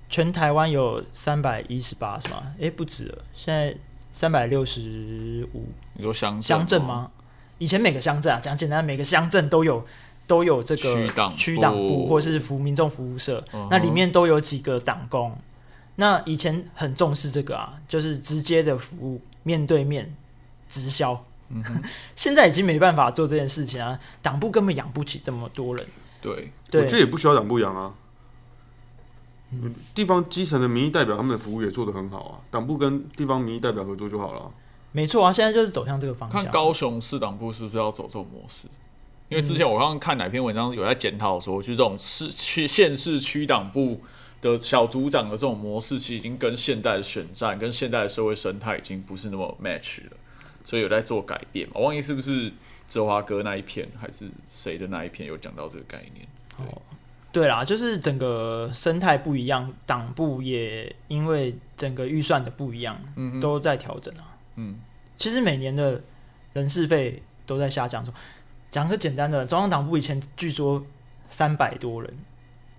Speaker 3: 全台湾有三百一十八是吗？诶，不止了，现在三百六十五
Speaker 2: 你说乡
Speaker 3: 乡镇
Speaker 2: 吗？
Speaker 3: 吗？以前每个乡镇啊，讲简单，每个乡镇都有都有这
Speaker 2: 区
Speaker 3: 个
Speaker 2: 党部
Speaker 3: 区党部或是服民众服务社，
Speaker 2: 嗯哼
Speaker 3: 那里面都有几个党工。那以前很重视这个啊，就是直接的服务，面对面直销。
Speaker 2: 嗯
Speaker 3: 现在已经没办法做这件事情啊，党部根本养不起这么多人。
Speaker 2: 对，
Speaker 1: 我
Speaker 3: 对嗯
Speaker 1: 觉，得也不需要党部养啊。地方基层的民意代表他们的服务也做得很好啊，党部跟地方民意代表合作就好了啊。
Speaker 3: 没错啊，现在就是走向这个方
Speaker 2: 看
Speaker 3: 向。
Speaker 2: 高雄市党部是不是要走这种模式？因为之前我刚刚看哪篇文章有在检讨说，就这种市区县市区党部的小组长的这种模式，其实已经跟现代的选战、跟现代的社会生态已经不是那么 match 了，所以有在做改变嘛。我忘记是不是哲华哥那一篇，还是谁的那一篇有讲到这个概念？
Speaker 3: 对啦，就是整个生态不一样，党部也因为整个预算的不一样，
Speaker 2: 嗯哼
Speaker 3: 都在调整啊。
Speaker 2: 嗯，
Speaker 3: 其实每年的人事费都在下降中。讲个简单的，中央党部以前据说三百多人，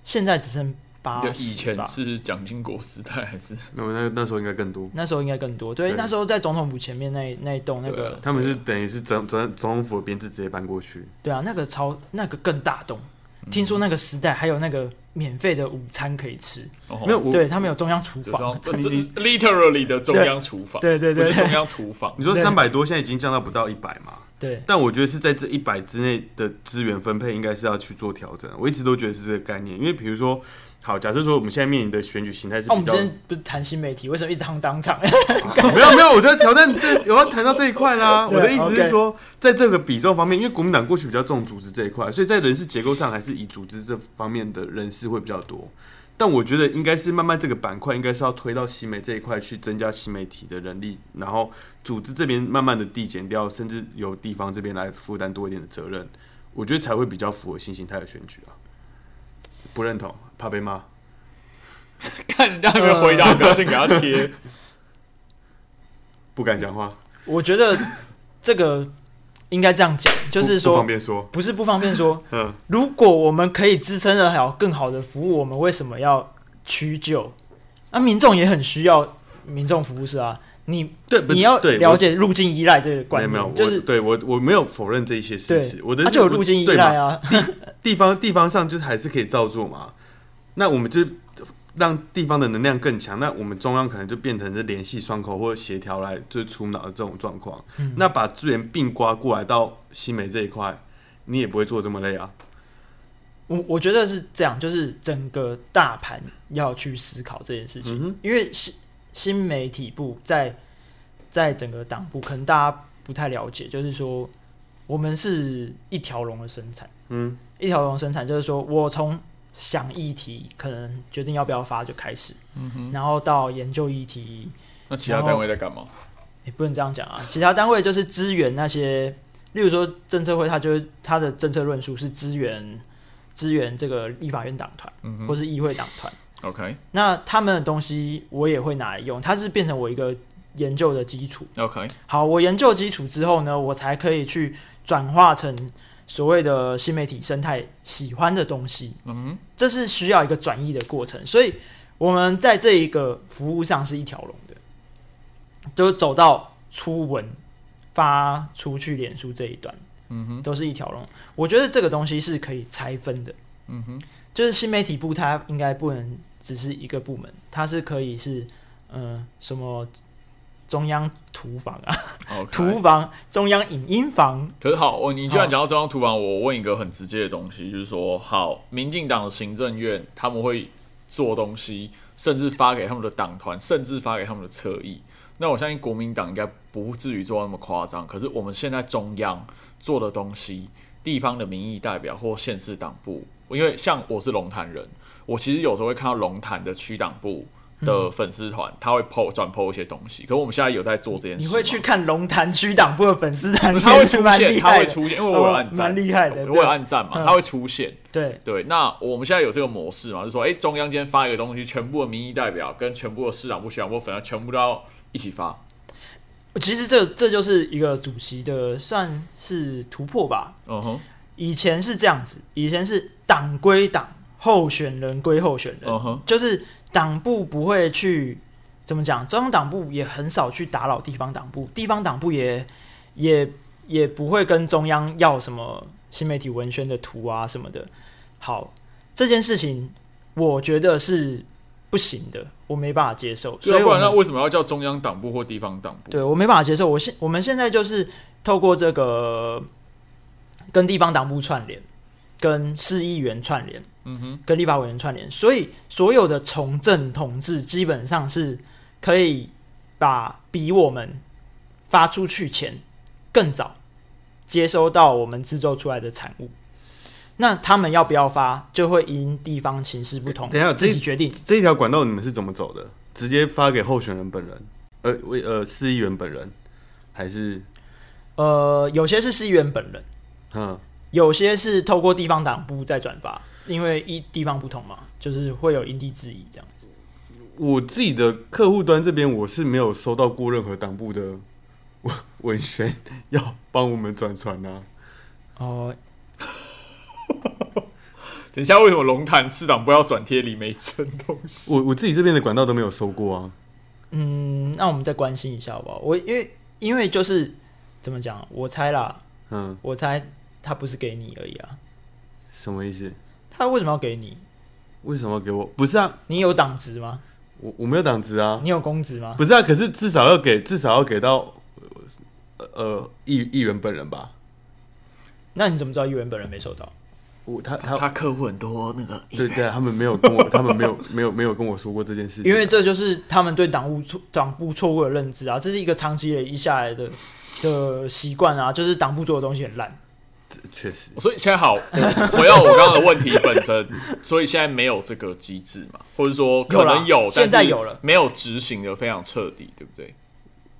Speaker 3: 现在只剩八
Speaker 2: 对，以
Speaker 3: 十
Speaker 2: 前
Speaker 3: 吧。
Speaker 2: 是蒋经国时代还是？
Speaker 1: 那我那那时候应该更多，
Speaker 3: 那时候应该更多，对，
Speaker 1: 对
Speaker 3: 那时候在总统府前面那那一栋那
Speaker 2: 啊
Speaker 3: 个，
Speaker 1: 他们是等于是整整总统府的编制直接搬过去。
Speaker 3: 对啊，那个超那个更大栋，
Speaker 2: 嗯
Speaker 3: 听说那个时代还有那个免费的午餐可以吃，
Speaker 2: 哦
Speaker 1: 没有，我，
Speaker 3: 对他们有中央厨
Speaker 2: 这张
Speaker 3: 房，
Speaker 2: 这这 literally 的中央厨房，
Speaker 3: 对对
Speaker 2: 不是
Speaker 3: 对
Speaker 2: 中
Speaker 3: 对
Speaker 2: 央厨房。
Speaker 1: 你说
Speaker 3: 对
Speaker 1: 三百多现在已经降到不到一百嘛？
Speaker 3: 对，
Speaker 1: 但我觉得是在这一百之内的资源分配应该是要去做调整。我一直都觉得是这个概念，因为比如说，好，假设说我们现在面临的选举形态是
Speaker 3: 哦，我
Speaker 1: 比
Speaker 3: 们之
Speaker 1: 较，
Speaker 3: 前不是谈新媒体，为什么一直当 当场？
Speaker 1: 没有没有，我在挑战这，我要谈到这一块 啦。
Speaker 3: 对
Speaker 1: 我的意思是
Speaker 3: OK
Speaker 1: 说，在这个比重方面，因为国民党过去比较重组织这一块，所以在人事结构上还是以组织这方面的人事会比较多。但我觉得应该是慢慢这个板块应该是要推到新媒这一块去增加新媒体的人力，然后组织这边慢慢的递减掉，甚至由地方这边来负担多一点的责任，我觉得才会比较符合新形态的选举啊。不认同，怕被骂。
Speaker 2: 看人家有没有回 答，不要先给他贴。
Speaker 1: 不敢讲话，
Speaker 3: 我觉得这个应该这样讲，就是
Speaker 1: 不不
Speaker 3: 说
Speaker 1: 方便说，
Speaker 3: 不是不方便说，
Speaker 1: 嗯，
Speaker 3: 如果我们可以支撑得了更好的服务，我们为什么要屈就？那、民众也很需要民众服务社啊，你
Speaker 1: 对，不
Speaker 3: 你要
Speaker 1: 对
Speaker 3: 了
Speaker 1: 我
Speaker 3: 解路径依赖这个
Speaker 1: 没
Speaker 3: 观
Speaker 1: 有没有，
Speaker 3: 念，就
Speaker 1: 我
Speaker 3: 是
Speaker 1: 对我我没有否认这一些事实
Speaker 3: 对，，
Speaker 1: 我的
Speaker 3: 它
Speaker 1: 是
Speaker 3: 就有
Speaker 1: 我
Speaker 3: 路径依
Speaker 1: 对嘛
Speaker 3: 赖啊，
Speaker 1: 地方地方上就是还是可以照做嘛。那我们就让地方的能量更强，那我们中央可能就变成是联系窗口或者协调来就是出脑的这种状况。
Speaker 3: 嗯
Speaker 1: 那把资源并刮过来到西美这一块，你也不会做这么累啊。
Speaker 3: 我我觉得是这样，就是整个大盘要去思考这件事情，
Speaker 1: 嗯哼，
Speaker 3: 因为新新媒体部在在整个党部，可能大家不太了解，就是说我们是一条龙的生产，
Speaker 1: 嗯，
Speaker 3: 一条龙生产就是说我从想议题，可能决定要不要发就开始，
Speaker 2: 嗯哼，
Speaker 3: 然后到研究议题，
Speaker 2: 那其他单位在干嘛？
Speaker 3: 也不能这样讲啊，其他单位就是支援那些，例如说政策会，它就它的政策论述是支援支援这个立法院党团
Speaker 2: 嗯
Speaker 3: 或
Speaker 2: 哼
Speaker 3: 是议会党团。
Speaker 2: ，OK
Speaker 3: 那他们的东西我也会拿来用，它是变成我一个研究的基础。
Speaker 2: OK，
Speaker 3: 好，我研究基础之后呢，我才可以去转化成所谓的新媒体生态喜欢的东西，
Speaker 2: 嗯
Speaker 3: 这是需要一个转移的过程。所以我们在这一个服务上是一条龙的，就是走到出文发出去脸书这一段
Speaker 2: 嗯哼，
Speaker 3: 都是一条龙。我觉得这个东西是可以拆分的。
Speaker 2: 嗯哼，
Speaker 3: 就是新媒体部，它呃应该不能只是一个部门，它是可以是，嗯、什么中央厨房 啊，
Speaker 2: 哦，
Speaker 3: 厨房、中央影音房，
Speaker 2: 可是好，我你既然讲到中央厨房，我问一个很直接的东西，就是说，好，民进党的行政院他们会做东西，甚至发给他们的党团，甚至发给他们的侧翼。那我相信国民党应该不至于做到那么夸张。可是我们现在中央做的东西，地方的民意代表或县市党部，因为像我是龙潭人，我其实有时候会看到龙潭的区党部的粉丝团，他会 PO 转 PO 一些东西。可我们现在有在做这件事吗，
Speaker 3: 你会去看龙潭区党部的粉丝 团，
Speaker 2: 他会出
Speaker 3: 蛮
Speaker 2: 现，
Speaker 3: 厉
Speaker 2: 他
Speaker 3: 害
Speaker 2: 会
Speaker 3: 的，
Speaker 2: 出现，因为我有按
Speaker 3: 哦
Speaker 2: 赞
Speaker 3: 蛮，厉害的，
Speaker 2: 我有
Speaker 3: 对
Speaker 2: 按赞嘛，
Speaker 3: 嗯
Speaker 2: 他会出现。
Speaker 3: 对，
Speaker 2: 对，那我们现在有这个模式嘛，就是说，哎，中央今天发一个东西，全部的民意代表跟全部的市长部、区长部、粉团全部都要一起发。
Speaker 3: 其实这这就是一个主席的算是突破吧，
Speaker 2: 嗯哼，
Speaker 3: 以前是这样子，以前是党归党，候选人归候选人，
Speaker 2: 嗯哼，
Speaker 3: 就是党部不会去怎么讲，中央党部也很少去打扰地方党部，地方党部也也也不会跟中央要什么新媒体文宣的图啊什么的。好，这件事情我觉得是不行的，我没办法接受，所
Speaker 2: 对
Speaker 3: 以
Speaker 2: 啊，不
Speaker 3: 我
Speaker 2: 然那
Speaker 3: 们
Speaker 2: 为什么要叫中央党部或地方党部？
Speaker 3: 对我没办法接受。我现我们现在就是透过这个跟地方党部串联，跟市议员串联，
Speaker 2: 嗯哼，
Speaker 3: 跟立法委员串联，所以所有的从政同志基本上是可以把比我们发出去前更早接收到我们制作出来的产物。那他们要不要发，就会因地方情势不同，
Speaker 1: 等一下
Speaker 3: 自
Speaker 1: 这
Speaker 3: 己决定。
Speaker 1: 这条管道你们是怎么走的？直接发给候选人本人，呃，为呃市议员本人，还是
Speaker 3: 呃，有些是市议员本人，
Speaker 1: 嗯，
Speaker 3: 有些是透过地方党部再转发，因为一地方不同嘛，就是会有因地制宜这样子。
Speaker 1: 我自己的客户端这边我是没有收到过任何党部的 文文宣要帮我们转传啊。
Speaker 3: 哦、
Speaker 2: 等一下，为什么龙潭市长不要转贴李梅珍东西？
Speaker 1: 我我自己这边的管道都没有收过啊。
Speaker 3: 嗯，那我们再关心一下好不好？我因为因为就是怎么讲，我猜啦，
Speaker 1: 嗯，
Speaker 3: 我猜他不是给你而已啊，
Speaker 1: 什么意思？
Speaker 3: 他为什么要给你？
Speaker 1: 为什么要给我？不是啊，
Speaker 3: 你有党职吗？
Speaker 1: 我我没有党职啊。
Speaker 3: 你有公职吗？
Speaker 1: 不是啊，可是至少要给，至少要给到呃呃议议员本人吧。
Speaker 3: 那你怎么知道议员本人没收到？
Speaker 1: 我他他
Speaker 2: 他客户很多，那个
Speaker 1: 对对啊，他们没有跟我，他们没有没有没有跟我说过这件事情。
Speaker 3: 因为这就是他们对党务错党部错误的认知啊，这是一个长期累积下来的的习惯啊，就是党部做的东西很烂。
Speaker 1: 确实，
Speaker 2: 所以现在好，我回到我刚刚的问题本身，所以现在没有这个机制嘛，或者说可能
Speaker 3: 有啦
Speaker 2: 有，
Speaker 3: 现在有了，
Speaker 2: 没有执行的非常彻底，对不对？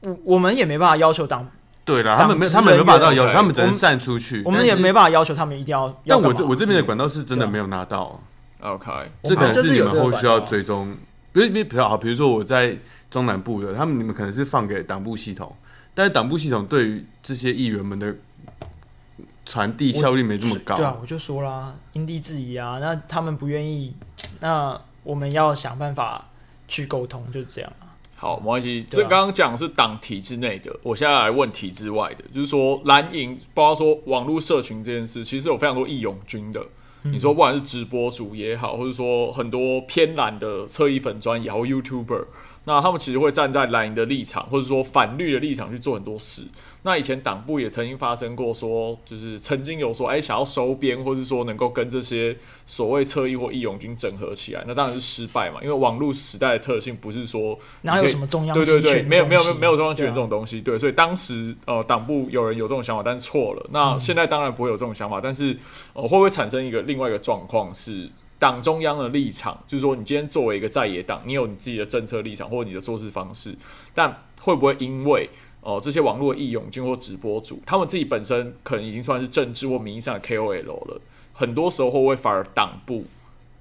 Speaker 3: 我我们也没办法要求党，
Speaker 1: 对啦，他们没有他们没办法到要求，他们只能散出去。
Speaker 3: 我们也没。办法要求他们一定要。要
Speaker 1: 但
Speaker 3: 干
Speaker 1: 我
Speaker 3: 嘛啊
Speaker 1: 这我这边的管道是真的没有拿到，啊
Speaker 2: OK，
Speaker 3: 我
Speaker 1: 这
Speaker 3: 们
Speaker 1: 可能
Speaker 3: 就是
Speaker 1: 你
Speaker 3: 有
Speaker 1: 们
Speaker 3: 这个
Speaker 1: 后
Speaker 3: 管
Speaker 1: 续要
Speaker 3: 道啊
Speaker 1: 追踪。比如比如好，比如说我在中南部的，他们你们可能是放给党部系统，但是党部系统对于这些议员们的传递效率没这么高。
Speaker 3: 对啊，我就说啦，因地制宜啊。那他们不愿意，那我们要想办法去沟通，就是这样啊。
Speaker 2: 好，没关系。
Speaker 3: 对
Speaker 2: 这
Speaker 3: 啊
Speaker 2: 刚刚讲是党体制内的，我现在来问体制外的，就是说蓝营，包括说网络社群这件事，其实有非常多义勇军的。
Speaker 3: 嗯
Speaker 2: 你说不管是直播主也好，或者说很多偏蓝的侧翼粉砖也好，YouTuber，那他们其实会站在蓝营的立场，或者说反绿的立场去做很多事。那以前党部也曾经发生过说，就是曾经有说，哎、想要收编，或是说能够跟这些所谓侧翼或义勇军整合起来，那当然是失败嘛，因为网络时代的特性不是说
Speaker 3: 哪有
Speaker 2: 你可以
Speaker 3: 什么中央
Speaker 2: 对对
Speaker 3: 集
Speaker 2: 对，
Speaker 3: 权的
Speaker 2: 没有没有
Speaker 3: 东西
Speaker 2: 没有中央集权
Speaker 3: 对啊
Speaker 2: 这种东西，对，所以当时呃党部有人有这种想法，但是错了。那现在当然不会有这种想法，但是呃会不会产生一个另外一个状况是？党中央的立场，就是说，你今天作为一个在野党，你有你自己的政策立场或者你的做事方式，但会不会因为哦、这些网络义勇军或直播主，他们自己本身可能已经算是政治或名义上的 KOL 了，很多时候会不会反而党部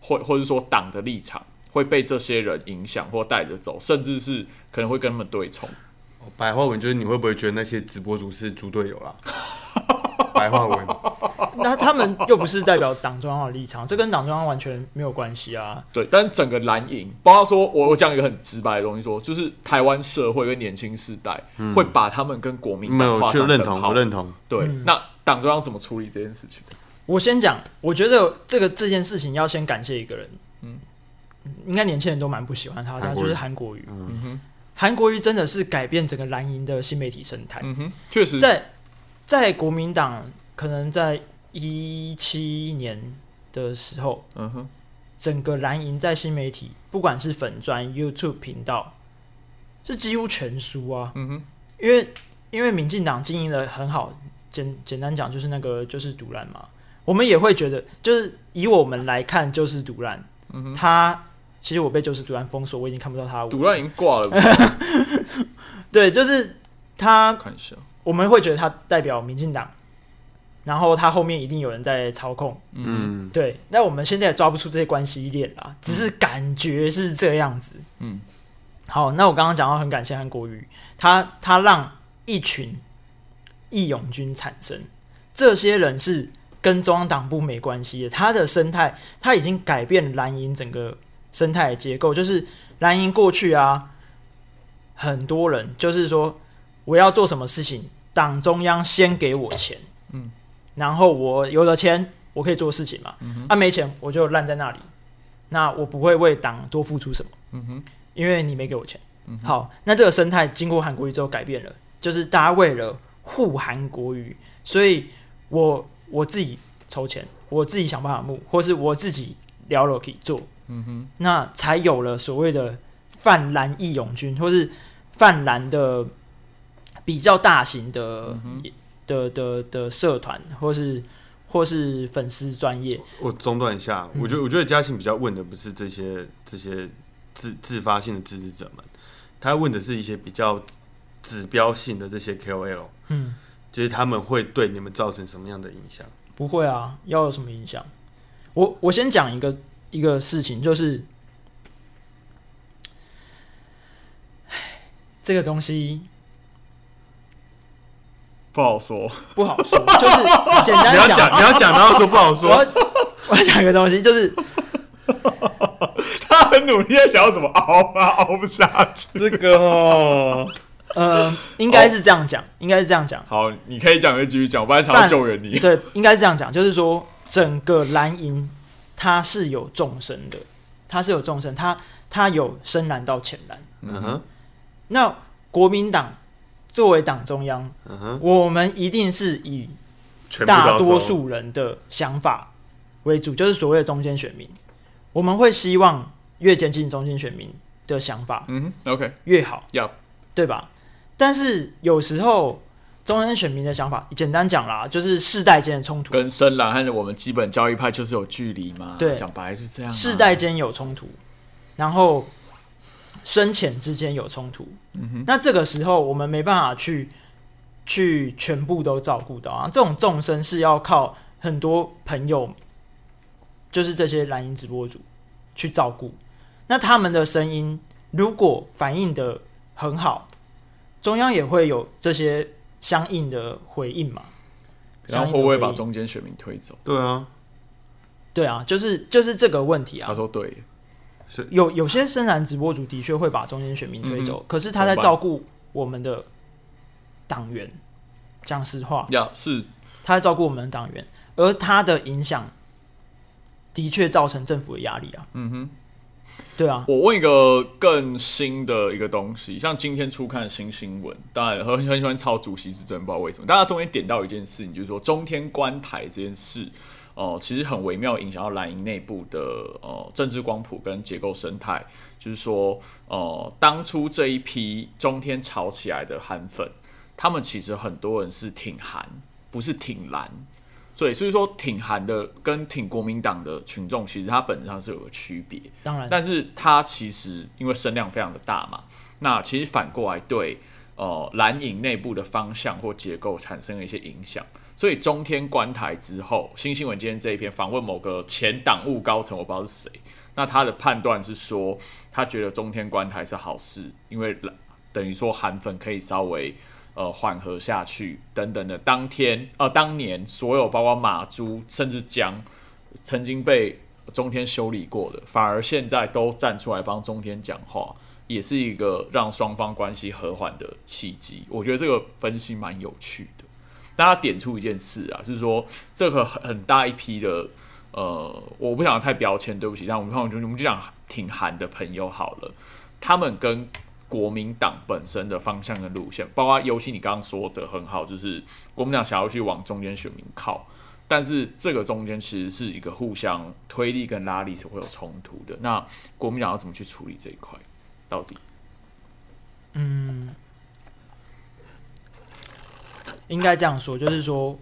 Speaker 2: 或或者说党的立场会被这些人影响或带着走，甚至是可能会跟他们对冲。
Speaker 1: 白话文就是你会不会觉得那些直播主是猪队友啦？ 白话 文，
Speaker 3: 那他们又不是代表党中央的立场，这跟党中央完全没有关系啊。
Speaker 2: 对，但是整个蓝营，包括说我我讲一个很直白的东西说就是台湾社会跟年轻世代、会把他们跟国民
Speaker 1: 嗯没
Speaker 2: 党
Speaker 1: 有
Speaker 2: 画
Speaker 1: 就
Speaker 2: 上
Speaker 1: 认
Speaker 2: 等
Speaker 1: 同，
Speaker 2: 号。
Speaker 1: 我认同。
Speaker 2: 对，
Speaker 3: 嗯
Speaker 2: 那党中央怎么处理这件事情？
Speaker 3: 我先讲，我觉得这个这件事情要先感谢一个人，嗯，应该年轻人都蛮不喜欢他，
Speaker 1: 韩
Speaker 3: 他
Speaker 1: 国
Speaker 3: 就
Speaker 1: 瑜
Speaker 3: 是韩国瑜。
Speaker 2: 嗯哼，
Speaker 3: 韩国瑜真的是改变整个蓝营的新媒体生态。
Speaker 2: 嗯哼，确实，
Speaker 3: 哎在在国民党可能在一七年的时候，
Speaker 2: 嗯哼，
Speaker 3: 整个蓝营在新媒体，不管是粉砖、YouTube 频道，是几乎全输啊。
Speaker 2: 嗯哼，
Speaker 3: 因为因为民进党经营的很好，简简单讲就是那个就是独烂嘛。我们也会觉得，就是以我们来看，就是独烂，
Speaker 2: 嗯哼，
Speaker 3: 他其实我被就是独烂封锁，我已经看不到他的文。
Speaker 2: 赌烂已经挂了，
Speaker 3: 对，就是他
Speaker 2: 我，看一下，
Speaker 3: 我们会觉得他代表民进党，然后他后面一定有人在操控。
Speaker 2: 嗯
Speaker 1: 嗯，
Speaker 3: 对，那我们现在也抓不出这些关系链啦，只是感觉是这样子。
Speaker 2: 嗯，
Speaker 3: 好，那我刚刚讲到很感谢韩国瑜，他他让一群义勇军产生，这些人是跟中央党部没关系的，他的生态他已经改变蓝营整个生态的结构，就是蓝营过去啊，很多人就是说我要做什么事情，党中央先给我钱，
Speaker 2: 嗯，
Speaker 3: 然后我有了钱，我可以做事情嘛，
Speaker 2: 嗯哼，
Speaker 3: 啊没钱我就烂在那里，那我不会为党多付出什么。
Speaker 2: 嗯哼，
Speaker 3: 因为你没给我钱。
Speaker 2: 嗯哼
Speaker 3: 好，那这个生态经过韩国瑜之后改变了，就是大家为了护韩国瑜，所以我我自己筹钱，我自己想办法募，或是我自己聊了可以做，
Speaker 2: 嗯哼，
Speaker 3: 那才有了所谓的泛蓝义勇军，或是泛蓝的比较大型的、
Speaker 2: 嗯
Speaker 3: 的的的社团，或是或是粉丝专业。
Speaker 1: 我中断一下，
Speaker 3: 嗯
Speaker 1: 我觉得我觉得嘉欣比较问的不是这些这些自自发性的支持者们，他问的是一些比较指标性的这些 KOL，
Speaker 3: 嗯，
Speaker 1: 就是他们会对你们造成什么样的影响？
Speaker 3: 不会啊，要有什么影响？我我先讲一个一个事情，就是，唉这个东西
Speaker 2: 不好说，
Speaker 3: 不好 说，就是简单
Speaker 1: 你要
Speaker 3: 讲，
Speaker 1: 讲你要讲，然后说不好
Speaker 3: 我
Speaker 1: 说，
Speaker 3: 要我要讲一个东西，就是
Speaker 2: 他很努力在想要怎么熬啊，熬不下去。
Speaker 1: 这个哦，
Speaker 3: 呃，应该是这样讲，应该是这样讲，
Speaker 2: 好，你可以讲，就继续讲，我本来想要
Speaker 3: 但
Speaker 2: 救援你。
Speaker 3: 对，应该是这样讲，就是说整个蓝营它是有众生的，它是有众生，它它有深蓝到浅蓝。
Speaker 1: 嗯哼，
Speaker 3: 那国民党作为党中央，
Speaker 1: 嗯哼，
Speaker 3: 我们一定是以
Speaker 1: 全部都
Speaker 3: 大
Speaker 1: 要收
Speaker 3: 多数人的想法为主，就是所谓的中间选民。我们会希望越接近中间选民的想法
Speaker 2: 嗯哼，OK，
Speaker 3: 越好
Speaker 2: Yup
Speaker 3: 对吧？但是有时候中间选民的想法，简单讲啦，就是世代间的冲突，
Speaker 2: 跟深蓝和我们基本教义派就是有距离嘛。
Speaker 3: 对
Speaker 2: 讲白就这样、啊。
Speaker 3: 世代，间有冲突，然后深浅之间有冲突。
Speaker 2: 嗯哼，
Speaker 3: 那这个时候我们没办法去去全部都照顾到啊，这种众生是要靠很多朋友，就是这些蓝营直播主去照顾。那他们的声音如果反映的很好，中央也会有这些相应的回应嘛。
Speaker 2: 然后
Speaker 3: 相应
Speaker 2: 会
Speaker 3: 的
Speaker 2: 不会
Speaker 3: 回
Speaker 2: 把
Speaker 3: 应
Speaker 2: 中间选民推走？
Speaker 1: 对啊，
Speaker 3: 对啊，就是就是这个问题啊
Speaker 2: 他。说对，
Speaker 3: 有有些深蓝直播主的确会把中间选民推
Speaker 2: 嗯
Speaker 3: 走，可是他在
Speaker 2: 怎么办
Speaker 3: 照顾我们的党员。讲实话，
Speaker 2: 呀、是，
Speaker 3: 他在照顾我们的党员，而他的影响的确造成政府的压力啊。
Speaker 2: 嗯哼。
Speaker 3: 对啊，
Speaker 2: 我问一个更新的一个东西，像今天初看的新新闻，当然很很喜欢抄主席之争，不知道为什么。大家中间点到一件事情，就是说中天观台这件事，哦、其实很微妙影响到蓝营内部的呃政治光谱跟结构生态。就是说，呃，当初这一批中天炒起来的呃韩粉，他们其实很多人是挺韩，不是挺蓝。对，所以说挺韩的跟挺国民党的群众，其实它本质上是有个区别。
Speaker 3: 当然，
Speaker 2: 但是它其实因为声量非常的大嘛，那其实反过来对呃蓝影内部的方向或结构产生了一些影响。所以中天观台之后，新新闻今天这一篇访问某个前党务高层，我不知道是谁，那他的判断是说，他觉得中天观台是好事，因为蓝等于说韩粉可以稍微。呃，缓和下去等等的，当天呃，当年所有包括马珠甚至江，曾经被中天修理过的，反而现在都站出来帮中天讲话，也是一个让双方关系和缓的契机。我觉得这个分析蛮有趣的。大家点出一件事啊，就是说这个很很大一批的，呃，我不想太标签，对不起，但我们看我就我们就讲挺韩的朋友好了，他们跟国民党本身的方向跟路线，包括尤其你刚刚说的很好，就是国民党想要去往中间选民靠，但是这个中间其实是一个互相推力跟拉力是会有冲突的。那国民党要怎么去处理这一块？到底
Speaker 3: 嗯，应该这样说，就是说，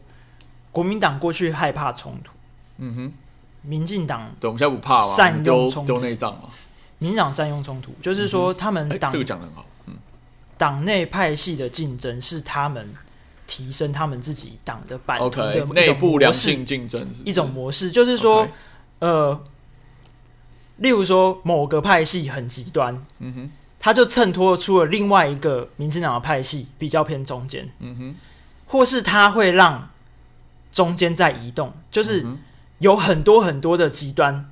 Speaker 3: 国民党过去害怕冲突，
Speaker 2: 嗯哼，
Speaker 3: 民进党
Speaker 2: 对，我们现在不怕嘛，
Speaker 3: 善
Speaker 2: 我们
Speaker 3: 用
Speaker 2: 丢
Speaker 3: 冲
Speaker 2: 丢
Speaker 3: 突
Speaker 2: 内脏嘛，
Speaker 3: 民进党善用冲突，就是说他们
Speaker 2: 哎、
Speaker 3: 党
Speaker 2: 这个讲的很好，嗯，
Speaker 3: 党内派系的竞争是他们提升他们自己党的版图的
Speaker 2: OK，
Speaker 3: 一
Speaker 2: 内
Speaker 3: 种
Speaker 2: 部
Speaker 3: 模
Speaker 2: 良
Speaker 3: 式，
Speaker 2: 性竞争是不是
Speaker 3: 一种模式，就是说
Speaker 2: OK，
Speaker 3: 呃，例如说某个派系很极端，
Speaker 2: 嗯哼，
Speaker 3: 他就衬托出了另外一个民进党的派系比较偏中间，
Speaker 2: 嗯哼，
Speaker 3: 或是它会让中间在移动，就是
Speaker 2: 嗯哼
Speaker 3: 有很多很多的极端，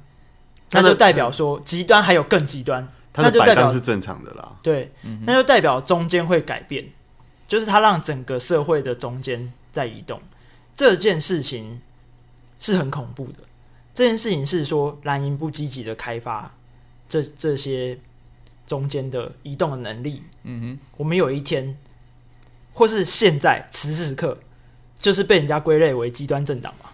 Speaker 1: 它
Speaker 3: 那
Speaker 1: 的
Speaker 3: 就代表说极端还有更极端，
Speaker 1: 它
Speaker 3: 那
Speaker 1: 的
Speaker 3: 就
Speaker 1: 摆
Speaker 3: 代表
Speaker 1: 荡是正常的啦。
Speaker 3: 对，那就代表中间会改变，就是它让整个社会的中间在移动，这件事情是很恐怖的。这件事情是说蓝营不积极的开发这这些中间的移动的能力，
Speaker 2: 嗯哼，
Speaker 3: 我们有一天，或是现在此时此刻，就是被人家归类为极端政党嘛。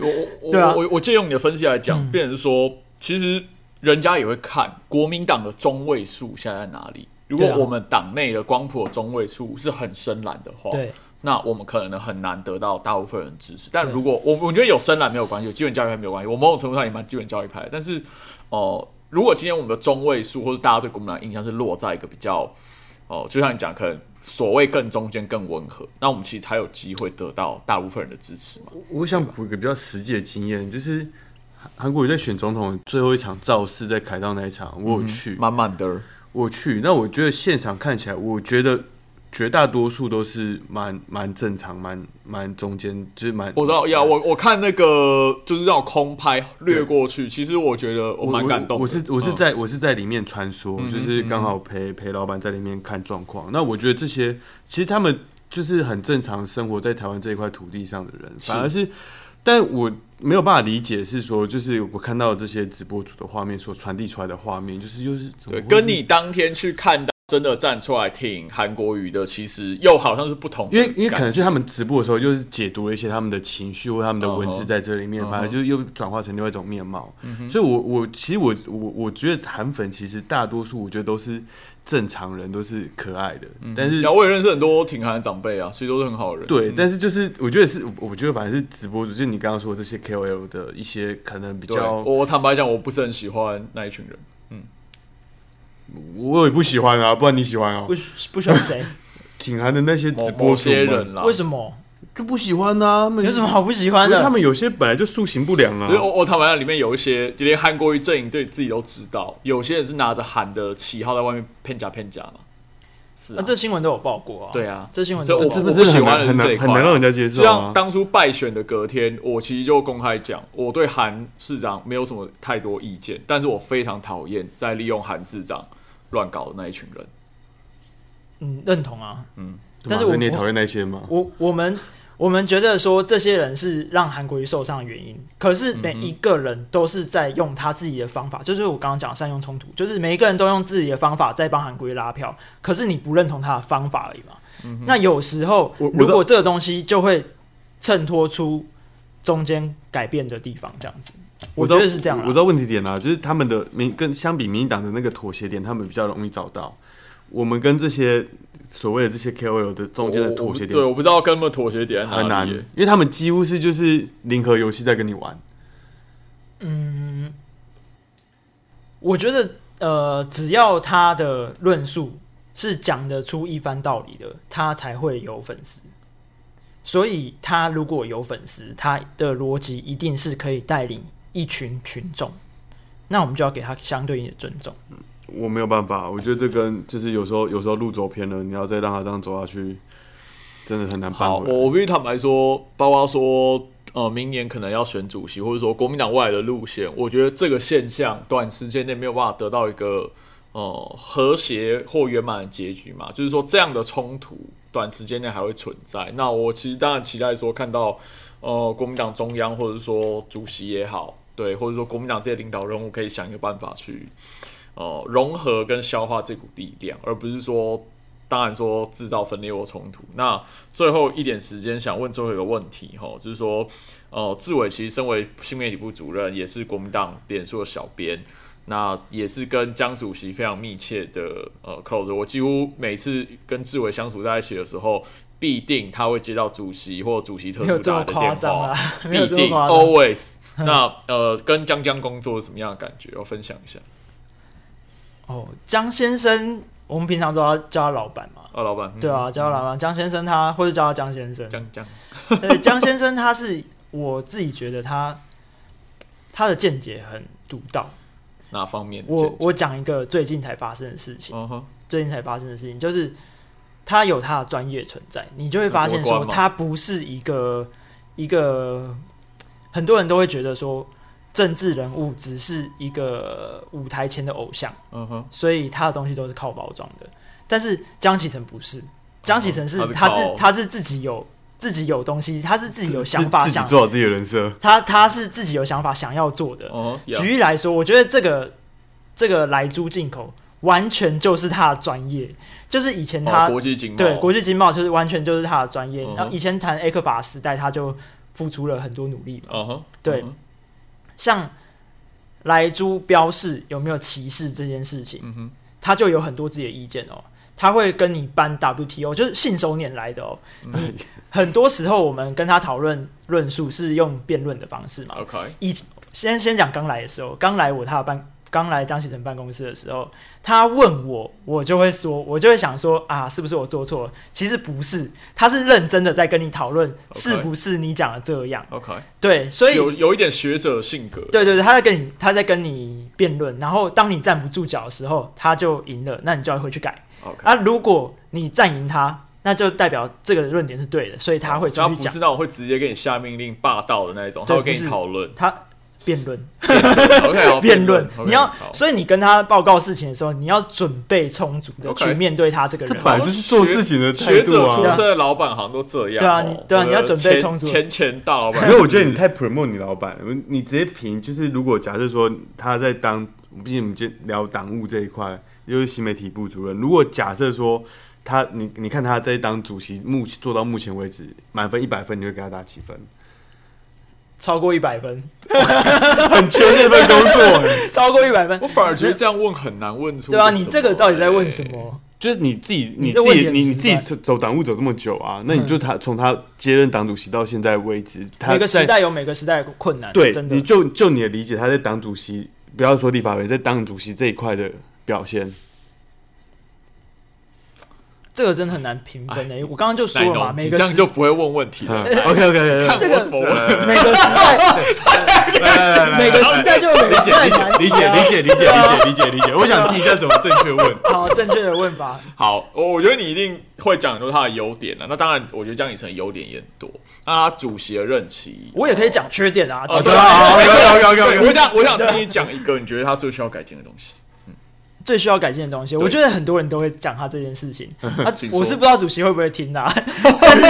Speaker 2: 我我
Speaker 3: 对啊
Speaker 2: 我我我借用你的分析来讲，
Speaker 3: 嗯
Speaker 2: 变成说，其实人家也会看国民党的中位数现在在哪里。如果
Speaker 3: 对啊
Speaker 2: 我们党内的光谱的中位数是很深蓝的话，
Speaker 3: 对，
Speaker 2: 那我们可能很难得到大部分人支持。但
Speaker 3: 对
Speaker 2: 如果我我觉得有深蓝没有关系，有基本教育派没有关系，我某种程度上也蛮基本教育派的。但是哦、呃如果今天我们的中位数或者大家对国民党的印象是落在一个比较哦、就像你讲，可能所谓更中间、更温和，那我们其实才有机会得到大部分人的支持嘛。
Speaker 1: 我想补一个比较实际的经验，就是韩韩国瑜在选总统最后一场造势，在凯道那一场，
Speaker 2: 嗯
Speaker 1: 我有去，
Speaker 2: 慢慢的，
Speaker 1: 我去。那我觉得现场看起来，我觉得绝大多数都是蛮蛮正常，蛮蛮中间，就是蛮
Speaker 2: 我知道呀，我我看那个就是让我空拍掠
Speaker 1: 对
Speaker 2: 过去，其实我觉得我蛮感动的
Speaker 1: 我我是我是
Speaker 2: 嗯
Speaker 1: 在、我是在里面穿梭，
Speaker 2: 哼
Speaker 1: 就是刚好陪陪老板在里面看状况。那我觉得这些其实他们就是很正常生活在台湾这一块土地上的人，
Speaker 2: 是
Speaker 1: 反而是，但我没有办法理解是说，就是我看到这些直播主的画面所传递出来的画面，就是又是怎么
Speaker 2: 对，
Speaker 1: 会是
Speaker 2: 跟你当天去看到真的站出来挺韩国语的，其实又好像是不同的
Speaker 1: 因
Speaker 2: 感
Speaker 1: 为
Speaker 2: 觉，
Speaker 1: 因为可能是他们直播的时候，就是解读了一些他们的情绪或他们的文
Speaker 2: 嗯
Speaker 1: 字
Speaker 2: 哼
Speaker 1: 在这里面
Speaker 2: 嗯，哼
Speaker 1: 反而就又转化成另外一种面貌。
Speaker 3: 嗯
Speaker 1: 所以我，我其实我我我觉得韩粉其实大多数我觉得都是正常人，都是可爱的，
Speaker 3: 嗯
Speaker 1: 但是
Speaker 2: 然后我也认识很多挺韩的长辈啊，所以都是很好的人。
Speaker 1: 对，
Speaker 2: 嗯
Speaker 1: 但是就是我觉得是，我我觉得反正是直播主，就是你刚刚说的这些 KOL 的一些可能比
Speaker 2: 对
Speaker 1: 较，
Speaker 2: 我我坦白讲，我不是很喜欢那一群人。
Speaker 1: 我也不喜欢啊，不然你喜欢啊
Speaker 3: 不？喜不喜欢谁？
Speaker 1: 挺韩的那些
Speaker 2: 某
Speaker 1: 直播
Speaker 2: 某
Speaker 1: 主
Speaker 2: 些人
Speaker 1: 们
Speaker 2: 啦，
Speaker 3: 为什么？
Speaker 1: 就不喜欢啊，他们
Speaker 3: 有什么好不喜欢
Speaker 1: 因为
Speaker 3: 的？哦
Speaker 1: 他们有些本来就塑形不良
Speaker 2: 可是
Speaker 1: 啊。
Speaker 2: 我我坦白讲，里面有一些就连韩国瑜阵营对自己都知道，有些人是拿着韩的旗号在外面骗假骗假嘛。是啊
Speaker 3: 那、啊这新闻都有报过啊。
Speaker 2: 对啊
Speaker 3: 这新闻
Speaker 2: 所
Speaker 3: 都
Speaker 2: 以
Speaker 3: 有
Speaker 2: 我
Speaker 3: 报
Speaker 1: 这
Speaker 3: 过
Speaker 1: 不
Speaker 2: 我
Speaker 1: 是
Speaker 2: 不喜
Speaker 1: 很
Speaker 2: 欢
Speaker 1: 难
Speaker 2: 的
Speaker 1: 很
Speaker 2: 是这一
Speaker 1: 难
Speaker 2: 块
Speaker 1: 很难让人家接
Speaker 2: 就
Speaker 1: 受
Speaker 2: 像
Speaker 1: 啊？
Speaker 2: 当初败选的隔天，我其实就公开讲，我对韩市长没有什么太多意见，但是我非常讨厌在利用韩市长乱搞的那一群人。
Speaker 3: 嗯，认同啊。
Speaker 1: 对吧
Speaker 3: 但是
Speaker 1: 所以
Speaker 3: 我
Speaker 1: 你也讨厌那些吗？
Speaker 3: 我我们我们觉得说这些人是让韩国瑜受伤的原因，可是
Speaker 1: 嗯
Speaker 3: 每一个人都是在用他自己的方法，就是我刚刚讲善用冲突，就是每一个人都用自己的方法在帮韩国瑜拉票，可是你不认同他的方法而已嘛。那有时候
Speaker 1: 嗯我我知道
Speaker 3: 如果这个东西就会衬托出中间改变的地方，这样子，我
Speaker 1: 知
Speaker 3: 觉
Speaker 1: 道
Speaker 3: 得是这样
Speaker 1: 我
Speaker 3: 啦。
Speaker 1: 我知道问题点啊，就是他们的民跟相比民进党的那个妥协点，他们比较容易找到。我们跟这些所谓的这些 KOL 的中间的
Speaker 2: 我我
Speaker 1: 妥
Speaker 2: 不
Speaker 1: 协点
Speaker 2: 对，我不知道跟他们妥协点在
Speaker 1: 很
Speaker 2: 哪
Speaker 1: 难，
Speaker 2: 里耶
Speaker 1: 因为他们几乎是就是零和游戏在跟你玩。
Speaker 3: 嗯，我觉得呃，只要他的论述是讲得出一番道理的，他才会有粉丝。所以他如果有粉丝，他的逻辑一定是可以带领一群群众，那我们就要给他相对应的尊重。
Speaker 1: 我没有办法，我觉得这跟就是有时候有时候路走偏了，你要再让他这样走下去，真的很难
Speaker 2: 好，
Speaker 1: 办回来。
Speaker 2: 我我必须坦白说，包括说，呃，明年可能要选主席，或者说国民党未来的路线，我觉得这个现象短时间内没有办法得到一个呃和谐或圆满的结局嘛，就是说这样的冲突短时间内还会存在。那我其实当然期待说看到呃国民党中央或者说主席也好，对，或者说国民党这些领导人物可以想一个办法去呃融合跟消化这股力量，而不是说当然说制造分裂或冲突。那最后一点时间，想问最后一个问题哈，就是说，呃，志伟其实身为新媒体部主任，也是国民党脸书的小编，那也是跟江主席非常密切的呃 close。我几乎每次跟志伟相处在一起的时候。必定他会接到主席或主席特
Speaker 3: 没有
Speaker 2: 助
Speaker 3: 这
Speaker 2: 打
Speaker 3: 么
Speaker 2: 来的
Speaker 3: 夸
Speaker 2: 电
Speaker 3: 张
Speaker 2: 话
Speaker 3: 啊，，没有
Speaker 2: 必
Speaker 3: 这么
Speaker 2: 定
Speaker 3: 夸张。
Speaker 2: always。那呃，跟江江工作是什么样的感觉？我分享一下。
Speaker 3: 哦，江先生，我们平常都要叫他老板嘛。
Speaker 2: 啊，老板，嗯
Speaker 3: 对，啊，叫他老板，江先生他，或者叫他江先生。
Speaker 2: 江江，
Speaker 3: 对，江先生他是我自己觉得他他的见解很独到。
Speaker 2: 哪方面的见
Speaker 3: 我
Speaker 2: 解？
Speaker 3: 我讲一个最近才发生的事情，
Speaker 2: 嗯哼，
Speaker 3: 最近才发生的事情就是他有他的专业存在，你就会发现
Speaker 2: 国
Speaker 3: 说
Speaker 2: 关嘛
Speaker 3: 他不是一个一个很多人都会觉得说政治人物只是一个舞台前的偶像。
Speaker 2: 嗯哼，
Speaker 3: 所以他的东西都是靠包装的。但是江启程不是，江启程是
Speaker 2: 嗯他是
Speaker 3: 他
Speaker 2: 靠
Speaker 3: 自他是自己有自己有东西，他是自己有想法
Speaker 1: 自己
Speaker 3: 想，
Speaker 1: 做好自己的人设，
Speaker 3: 他他是自己有想法想要做的。
Speaker 2: 哦，
Speaker 3: 举例来说，我觉得这个这个来猪进口完全就是他的专业，就是以前他、
Speaker 2: 哦国际经贸，
Speaker 3: 对国际经贸就是完全就是他的专业。
Speaker 2: 嗯哼
Speaker 3: 然后以前谈 A 克法时代，他就付出了很多努力嘛。
Speaker 2: 嗯哼，
Speaker 3: 对
Speaker 2: 嗯哼
Speaker 3: 像来猪标示有没有歧视这件事情，
Speaker 2: 嗯哼，
Speaker 3: 他就有很多自己的意见哦。他会跟你搬 WTO，就是信手拈来的哦。 你很多时候我们跟他讨论论述是用辩论的方式嘛。
Speaker 2: OK，
Speaker 3: 以先先讲刚来的时候，刚来我他的办，刚来张启成办公室的时候，他问我，我就会说，我就会想说啊，是不是我做错了？其实不是，他是认真的在跟你讨论
Speaker 2: OK
Speaker 3: 是不是你讲的这样。
Speaker 2: OK，
Speaker 3: 对，所以
Speaker 2: 有有一点学者性格，
Speaker 3: 对对对，他在跟你他在跟你辩论，然后当你站不住脚的时候，他就赢了，那你就要回去改。
Speaker 2: ，OK，
Speaker 3: 啊，如果你战赢他，那就代表这个论点是对的，所以他会出
Speaker 2: 他
Speaker 3: 去
Speaker 2: 哦不
Speaker 3: 讲
Speaker 2: 是那种会直接给你下命令霸道的那一种，他
Speaker 3: 对
Speaker 2: 会跟
Speaker 3: 不
Speaker 2: 你
Speaker 3: 是
Speaker 2: 讨论
Speaker 3: 他辩论
Speaker 2: ，OK，好
Speaker 3: 辩论，
Speaker 2: OK，
Speaker 3: 你要
Speaker 2: 好
Speaker 3: 所以你跟他报告事情的时候，你要准备充足的
Speaker 2: OK
Speaker 3: 去面对他这个
Speaker 1: 这
Speaker 3: 人。
Speaker 1: 本来就是做事情的态
Speaker 2: 学
Speaker 1: 度
Speaker 2: 者出
Speaker 1: 啊。
Speaker 2: 身的老板好像都这样哦，
Speaker 3: 对啊你对啊
Speaker 2: 我的
Speaker 3: 你要准备
Speaker 2: 前
Speaker 3: 充足
Speaker 2: 前前大老板，
Speaker 1: 没有，我觉 得你太 promote 你老板，你直接评就是，如果假设说他在当，毕竟我们今天聊党务这一块，又是新媒体部主任，如果假设说他，你你看他在当主席，目做到目前为止满分一百分，你会给他打几 分？
Speaker 3: 超过一百分，
Speaker 1: 很缺这份工作，欸
Speaker 3: 超过一百分
Speaker 2: 我，反而觉得这样问很难问出，
Speaker 3: 对啊，你这个到底在问什？么？
Speaker 1: 就是你自己
Speaker 3: 你
Speaker 1: 你
Speaker 3: 这
Speaker 1: 自
Speaker 3: 问
Speaker 1: 己
Speaker 3: 题很嗯
Speaker 1: 你你自己走
Speaker 3: 失
Speaker 1: 走党务走这么久啊，那你就他从他接任党主席到现在为止，他
Speaker 3: 每个时
Speaker 1: 在
Speaker 3: 代有每个时代的困难，
Speaker 1: 对，
Speaker 3: 真的
Speaker 1: 你。就就你的理解，他在党主席，不要说立法委员，在党主席这一块的表现，
Speaker 3: 这个真的很难评分诶、我刚刚就说
Speaker 2: 奶
Speaker 3: 了嘛，
Speaker 2: 农，
Speaker 3: 每
Speaker 2: 哎你
Speaker 3: 个
Speaker 2: 这样
Speaker 3: 时
Speaker 2: 就不会问问题了。
Speaker 1: OK OK OK，
Speaker 2: 看
Speaker 3: 这
Speaker 2: 我
Speaker 3: 个
Speaker 2: 怎么问？
Speaker 3: 每个时代每个时代就有每个时代的难题
Speaker 1: 理解
Speaker 3: 啊
Speaker 1: 理解理解理解理解理解，我想听一下怎么正确问。
Speaker 3: 好正确的问法，
Speaker 2: 好，我我觉得你一定会讲出他的优点了。那当然，我觉得江以晨的优点也很多。那他主席的任期，
Speaker 3: 我也可以讲缺点啊。
Speaker 2: 哦
Speaker 3: 这
Speaker 2: 对
Speaker 3: 个
Speaker 2: 啊
Speaker 1: 好，OK
Speaker 2: 对
Speaker 1: OK
Speaker 2: 我想我想听你讲一个你觉得他最需要改进的东西。
Speaker 3: 最需要改进的东西，我觉得很多人都会讲他这件事情。啊
Speaker 2: 请，说
Speaker 3: 我是不知道主席会不会听啦、啊， 但是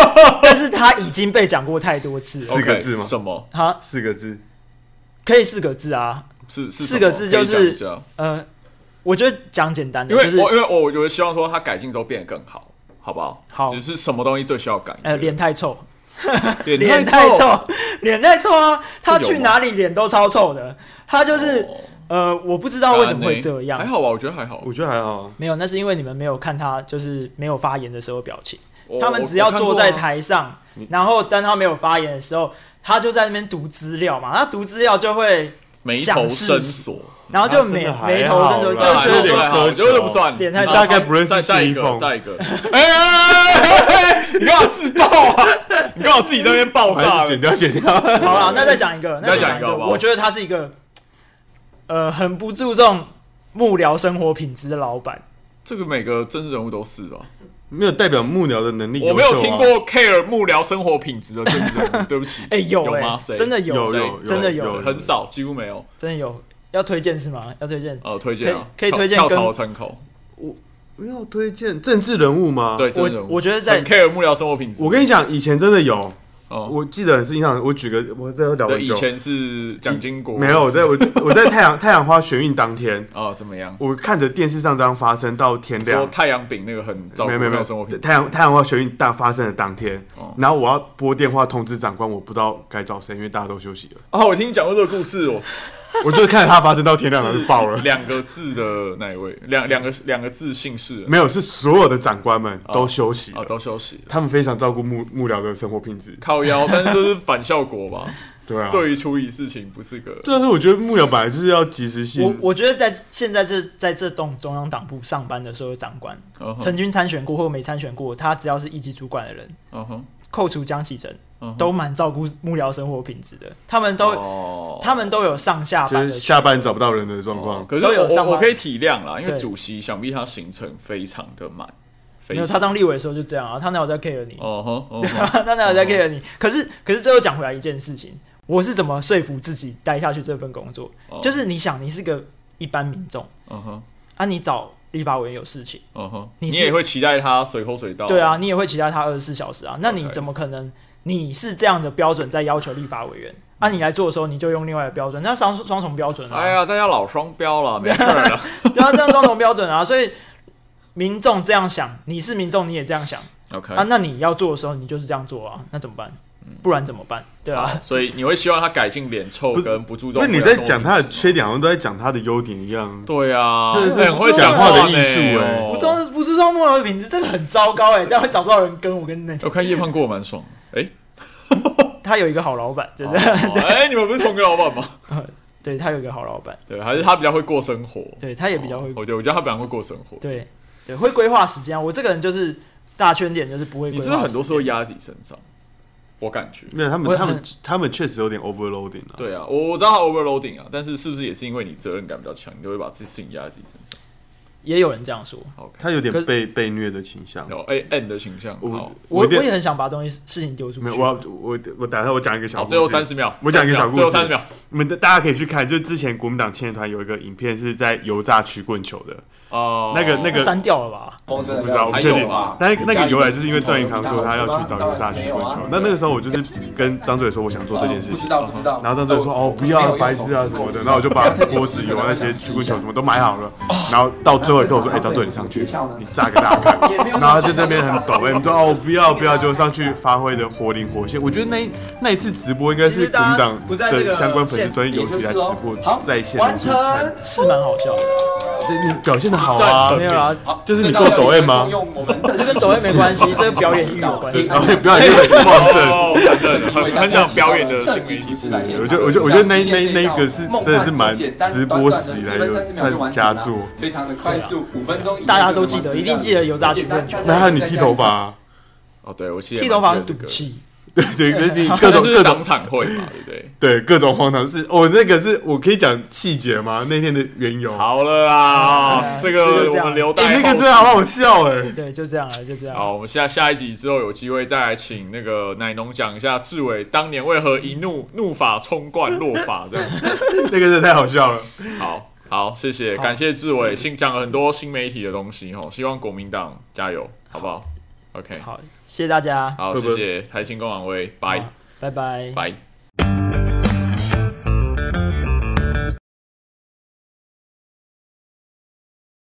Speaker 3: 但是他已经被讲过太多次了。
Speaker 1: 四个字
Speaker 2: OK，
Speaker 1: 吗
Speaker 2: 什么？
Speaker 3: 好，
Speaker 1: 四个字，
Speaker 3: 可以四个字啊。
Speaker 2: 是是
Speaker 3: 四个字
Speaker 2: 什么
Speaker 3: 就是
Speaker 2: 可以讲一下
Speaker 3: 呃，我觉得讲简单的
Speaker 2: 因
Speaker 3: 就
Speaker 2: 为
Speaker 3: 是
Speaker 2: 我因为我我觉得希望说他改进之后变得更好，好不好？
Speaker 3: 好
Speaker 2: 只是什么东西最需要改？
Speaker 3: 呃，脸太臭，
Speaker 2: 脸
Speaker 3: 脸太，臭， 脸太臭啊！他去哪里脸都超臭的，他就是
Speaker 2: 哦
Speaker 3: 呃，我不知道为什么会这
Speaker 2: 还
Speaker 3: 样。
Speaker 2: 好吧，我觉得还好。
Speaker 1: 我觉得还好啊。
Speaker 3: 没有，那是因为你们没有看他就是没有发言的时候表情。
Speaker 2: 哦我啊
Speaker 3: 他们只要坐在，台上
Speaker 1: 你，
Speaker 3: 然后当他没有发言的时候，他就在那边读资料嘛。他读资料就
Speaker 2: 我
Speaker 3: 会，
Speaker 2: 我看过啊眉
Speaker 3: 想
Speaker 2: 头
Speaker 3: 试
Speaker 2: 深
Speaker 3: 试
Speaker 2: 锁，
Speaker 3: 然后就
Speaker 1: 他真
Speaker 3: 眉
Speaker 1: 的还
Speaker 3: 眉头深锁，
Speaker 1: 好
Speaker 3: 就
Speaker 1: 啦
Speaker 3: 是
Speaker 1: 有
Speaker 3: 觉得
Speaker 1: 点
Speaker 3: 说
Speaker 2: 还好，我觉得不算，
Speaker 3: 脸太
Speaker 2: 你
Speaker 3: 大
Speaker 2: 大
Speaker 1: 概不认识
Speaker 2: 再再一
Speaker 1: 谢依
Speaker 2: 个，
Speaker 1: 凤
Speaker 2: 再一个，哎，你干嘛自爆啊？ 你干嘛自己在那边爆
Speaker 1: 还
Speaker 2: 炸
Speaker 1: 是？剪掉剪掉，
Speaker 3: 好了，那再讲一个，
Speaker 2: 再
Speaker 3: 那
Speaker 2: 讲一
Speaker 3: 讲
Speaker 2: 个
Speaker 3: 个，
Speaker 2: 好不好
Speaker 3: 我觉得他是一个，呃，很不注重幕僚生活品质的老板。
Speaker 2: 这个每个政治人物都是
Speaker 3: 哦
Speaker 2: 吧？
Speaker 1: 没有代表幕僚的能力。
Speaker 2: 我没有听。过 care 幕僚生活品质的政治人物， 对不起，
Speaker 3: 哎，有
Speaker 2: 吗
Speaker 3: 哎？，
Speaker 2: 谁
Speaker 3: 真的
Speaker 1: 有
Speaker 2: 谁
Speaker 1: 有
Speaker 3: 真的
Speaker 1: 有
Speaker 3: 有
Speaker 2: 很少，几乎没有。
Speaker 3: 真的有，要推荐是吗？要推荐？
Speaker 2: 呃，推荐啊
Speaker 3: 可以可以推荐
Speaker 2: 跳
Speaker 3: 跟
Speaker 2: 跳槽参考。
Speaker 1: 没有推荐政治人物吗？
Speaker 2: 对，，政治
Speaker 3: 啊我
Speaker 2: 人物
Speaker 3: 我觉得在
Speaker 2: 很 care 幕僚生活品质。
Speaker 1: 我跟你讲，以前真的有，
Speaker 2: 哦，
Speaker 1: 我记得很是印象，我举个我在聊
Speaker 2: 对，
Speaker 1: 很
Speaker 2: 以
Speaker 1: 久，
Speaker 2: 前是蒋经国，
Speaker 1: 没有，我在我我在太阳太阳花学运当天，
Speaker 2: 哦，怎么样？
Speaker 1: 我看着电视上这样发生到天
Speaker 2: 说
Speaker 1: 亮，
Speaker 2: 太阳饼那个很照顾
Speaker 1: 没有没有没
Speaker 2: 到生活
Speaker 1: 有，
Speaker 2: 品质，
Speaker 1: 太阳太阳花学运大发生的当天
Speaker 2: 哦，
Speaker 1: 然后我要拨电话通知长官，我不知道该找谁，因为大家都休息了，
Speaker 2: 哦，我听你讲过这个故事，我
Speaker 1: 我就是看着它发生到天亮，然后就爆 了。
Speaker 2: 两个字的那一位，两两个两个字姓氏
Speaker 1: 没有，是所有的长官们都休息
Speaker 2: 啊，
Speaker 1: 了，
Speaker 2: 都休息了，
Speaker 1: 他们非常照顾幕幕僚的生活品质。
Speaker 2: 靠腰，但是这是反效果吧？
Speaker 1: 对 啊，
Speaker 2: 对于处理事情不是个
Speaker 1: 对啊，所以我觉得幕僚本来就是要及时
Speaker 3: 我
Speaker 1: 性。
Speaker 3: 我觉得在现在这在这栋中央党部上班的所有长官，
Speaker 2: 嗯哼
Speaker 3: 曾经参选过或没参选过，他只要是一级主管的人，
Speaker 2: 嗯哼
Speaker 3: 扣除江启臣，
Speaker 2: 嗯哼
Speaker 3: 都蛮照顾幕僚生活品质的。他们都、
Speaker 2: 哦
Speaker 3: 他们都有上下
Speaker 1: 就
Speaker 3: 班
Speaker 1: 是
Speaker 3: 的
Speaker 1: 下班找不到人的状况，
Speaker 2: 可是
Speaker 3: 都哦有
Speaker 2: 我
Speaker 3: 上
Speaker 2: 我我
Speaker 3: 班
Speaker 2: 可以体谅啦，因为
Speaker 3: 对
Speaker 2: 主席想必他行程非常的满，
Speaker 3: 区
Speaker 2: 非
Speaker 3: 没有
Speaker 2: 常
Speaker 3: 他当立委的啊时候就这样啊，他哪有在 care 你？
Speaker 2: 哦 吼哦吼
Speaker 3: 他哪有在 care 你？可是可是最后讲回来一件事情，我是怎么说服自己待下去这份工作？
Speaker 2: 哦
Speaker 3: 就是你想，你是个一般民众
Speaker 2: 嗯哼
Speaker 3: 啊，你找立法委员有事情，
Speaker 2: 嗯哼，
Speaker 3: 你
Speaker 2: 你
Speaker 3: 是
Speaker 2: 也会期待他随口随到，
Speaker 3: 对啊，，你也会期待他二十四小时啊，那你
Speaker 2: 哦 OK
Speaker 3: 怎么可能？你是这样的标准在要求立法委员啊？你来做的时候，你就用另外的标准，那双双重标准啊。
Speaker 2: 哎呀，大家老双标了，没事 儿了，
Speaker 3: 对啊，这样双重标准啊，所以民众这样想，你是民众你也这样想
Speaker 2: OK
Speaker 3: 啊，那你要做的时候你就是这样做啊，那怎么办？
Speaker 2: 嗯
Speaker 3: 不然怎么办？对
Speaker 2: 好
Speaker 3: 啊，
Speaker 2: 所以你会希望他改进脸臭
Speaker 1: 不是
Speaker 2: 跟不注
Speaker 1: 不
Speaker 2: 重。
Speaker 1: 是你在讲他的缺，点，好像都在讲他的优点一样。
Speaker 2: 对啊，
Speaker 1: 这
Speaker 3: 是
Speaker 2: 哎很会
Speaker 3: 讲
Speaker 2: 话
Speaker 3: 话
Speaker 1: 的艺术
Speaker 2: 呢
Speaker 1: 哎
Speaker 2: 哦
Speaker 3: 不重不注重幕僚的品质，这个很糟糕哎、这样会找不到人跟我跟那
Speaker 2: 我看夜胖过得蛮爽的，哎，
Speaker 3: 他有一个好老板， 对不对？
Speaker 2: 哦哎，你们不是同个老板吗？
Speaker 3: 对他有一个好老板，
Speaker 2: 对，还是他比较会过生活，
Speaker 3: 对他也比较会
Speaker 2: 哦，我觉得我觉得他比较会过生活。
Speaker 3: 对对会规划时间啊。我这个人就是大缺点就是不会
Speaker 2: 你
Speaker 3: 规
Speaker 2: 是
Speaker 3: 划时
Speaker 2: 不是
Speaker 3: 间。
Speaker 2: 很多时候压在自己身上？我感觉，
Speaker 1: 没有，他
Speaker 3: 我
Speaker 1: 们他们他们确实有点 overloading 啊。
Speaker 2: 对啊，我我知道他 overloading 啊，但是是不是也是因为你责任感比较强，你就会把自己事情压在自己身上
Speaker 3: 也有人这样说，
Speaker 2: ？OK，
Speaker 1: 他有
Speaker 3: 可
Speaker 1: 点
Speaker 3: 是
Speaker 1: 被被虐的倾向。
Speaker 2: 有 A N 的形象，
Speaker 1: 我
Speaker 2: 好，
Speaker 3: 我
Speaker 1: 一定
Speaker 3: 我也很想把东西事情丢出去。
Speaker 1: 没有，我要我我打算我讲一个小
Speaker 2: 好，
Speaker 1: 故事。
Speaker 2: 最后三十秒，
Speaker 1: 我讲一个小故事
Speaker 2: 最后三十秒，
Speaker 1: 你们的大家可以去看，就是之前国民党青年团有一个影片是在油炸曲棍球的，
Speaker 2: 哦，
Speaker 1: 那个那个
Speaker 3: 删掉了吧？
Speaker 4: 风声
Speaker 1: 我不知道，我不确
Speaker 2: 还
Speaker 1: 定
Speaker 2: 有吗。
Speaker 1: 但那个由来就是因为段永康说他要去找油炸曲棍球，
Speaker 4: 哦
Speaker 1: 那那个时候我就是跟张嘴说我想做这件事
Speaker 4: 啊不知
Speaker 1: 情，
Speaker 4: 道不知道。
Speaker 1: 然后张嘴说哦不要白痴啊什么的，然后我就把锅子油啊那些曲棍球什么都买好了，然后到最后一刻我说哎张嘴你上去，你炸给大家 看，然后他就在那边很抖哎，你说哦不要不要就上去发挥的活灵活现，我觉得那一那一次直播应该是国民党的相关粉丝专业有史以来直播在线的
Speaker 4: 完
Speaker 1: 时
Speaker 4: 成
Speaker 1: 候看，。
Speaker 3: 是蛮好笑的，
Speaker 1: 对你表现的好啊
Speaker 2: 赞，成
Speaker 3: 没有 啊，
Speaker 4: 好
Speaker 1: 就是你做抖 M 吗
Speaker 4: 用我们的
Speaker 3: 这跟 抖音没关系，这跟表演欲有关系。
Speaker 1: 然后哎不要因为 旺盛。
Speaker 2: 哦，我承认了，很很想表演的新媒体服务，
Speaker 1: 我觉得，我觉得，我觉得那那那一个是真的是蛮直播史以来的算佳作。啊
Speaker 4: 非常的快速，五分钟，
Speaker 3: 大家都记得一定记得油炸曲棍球
Speaker 1: 那还有你剃头发、，啊，
Speaker 2: 哦，对我记得
Speaker 3: 剃头发是
Speaker 2: 这
Speaker 3: 赌
Speaker 2: 个，
Speaker 3: 气，
Speaker 1: 对对，啊那你各
Speaker 2: 各
Speaker 1: 种
Speaker 2: 种
Speaker 1: 各
Speaker 2: 各
Speaker 1: 种
Speaker 2: 种场会嘛，对不 对？
Speaker 1: 对各种荒唐事。我、那个是我可以讲细节吗？那天的缘由。
Speaker 2: 好了啦，
Speaker 3: 哎
Speaker 2: 哦这
Speaker 3: 这
Speaker 2: 个
Speaker 3: 就这
Speaker 2: 我
Speaker 3: 样
Speaker 2: 们留
Speaker 1: 哎、
Speaker 2: 待
Speaker 1: 那
Speaker 2: 后
Speaker 1: 个真的好好笑哎、
Speaker 3: 对，就这样了，就这样。
Speaker 2: 好，我们下下一集之后有机会再来请那个奶农讲一下志伟当年为何一怒怒发冲冠落法这样。
Speaker 1: 那个真的太好笑了。
Speaker 2: 好好，谢谢，
Speaker 3: 好
Speaker 2: 感谢志伟，新讲了很多新媒体的东西哦，希望国民党加油，好不好？OK，
Speaker 3: 好，谢谢大家，
Speaker 2: 好，
Speaker 1: 拜
Speaker 2: 谢
Speaker 1: 拜
Speaker 2: 谢台新公王威，拜
Speaker 3: 好，拜拜。
Speaker 2: 拜。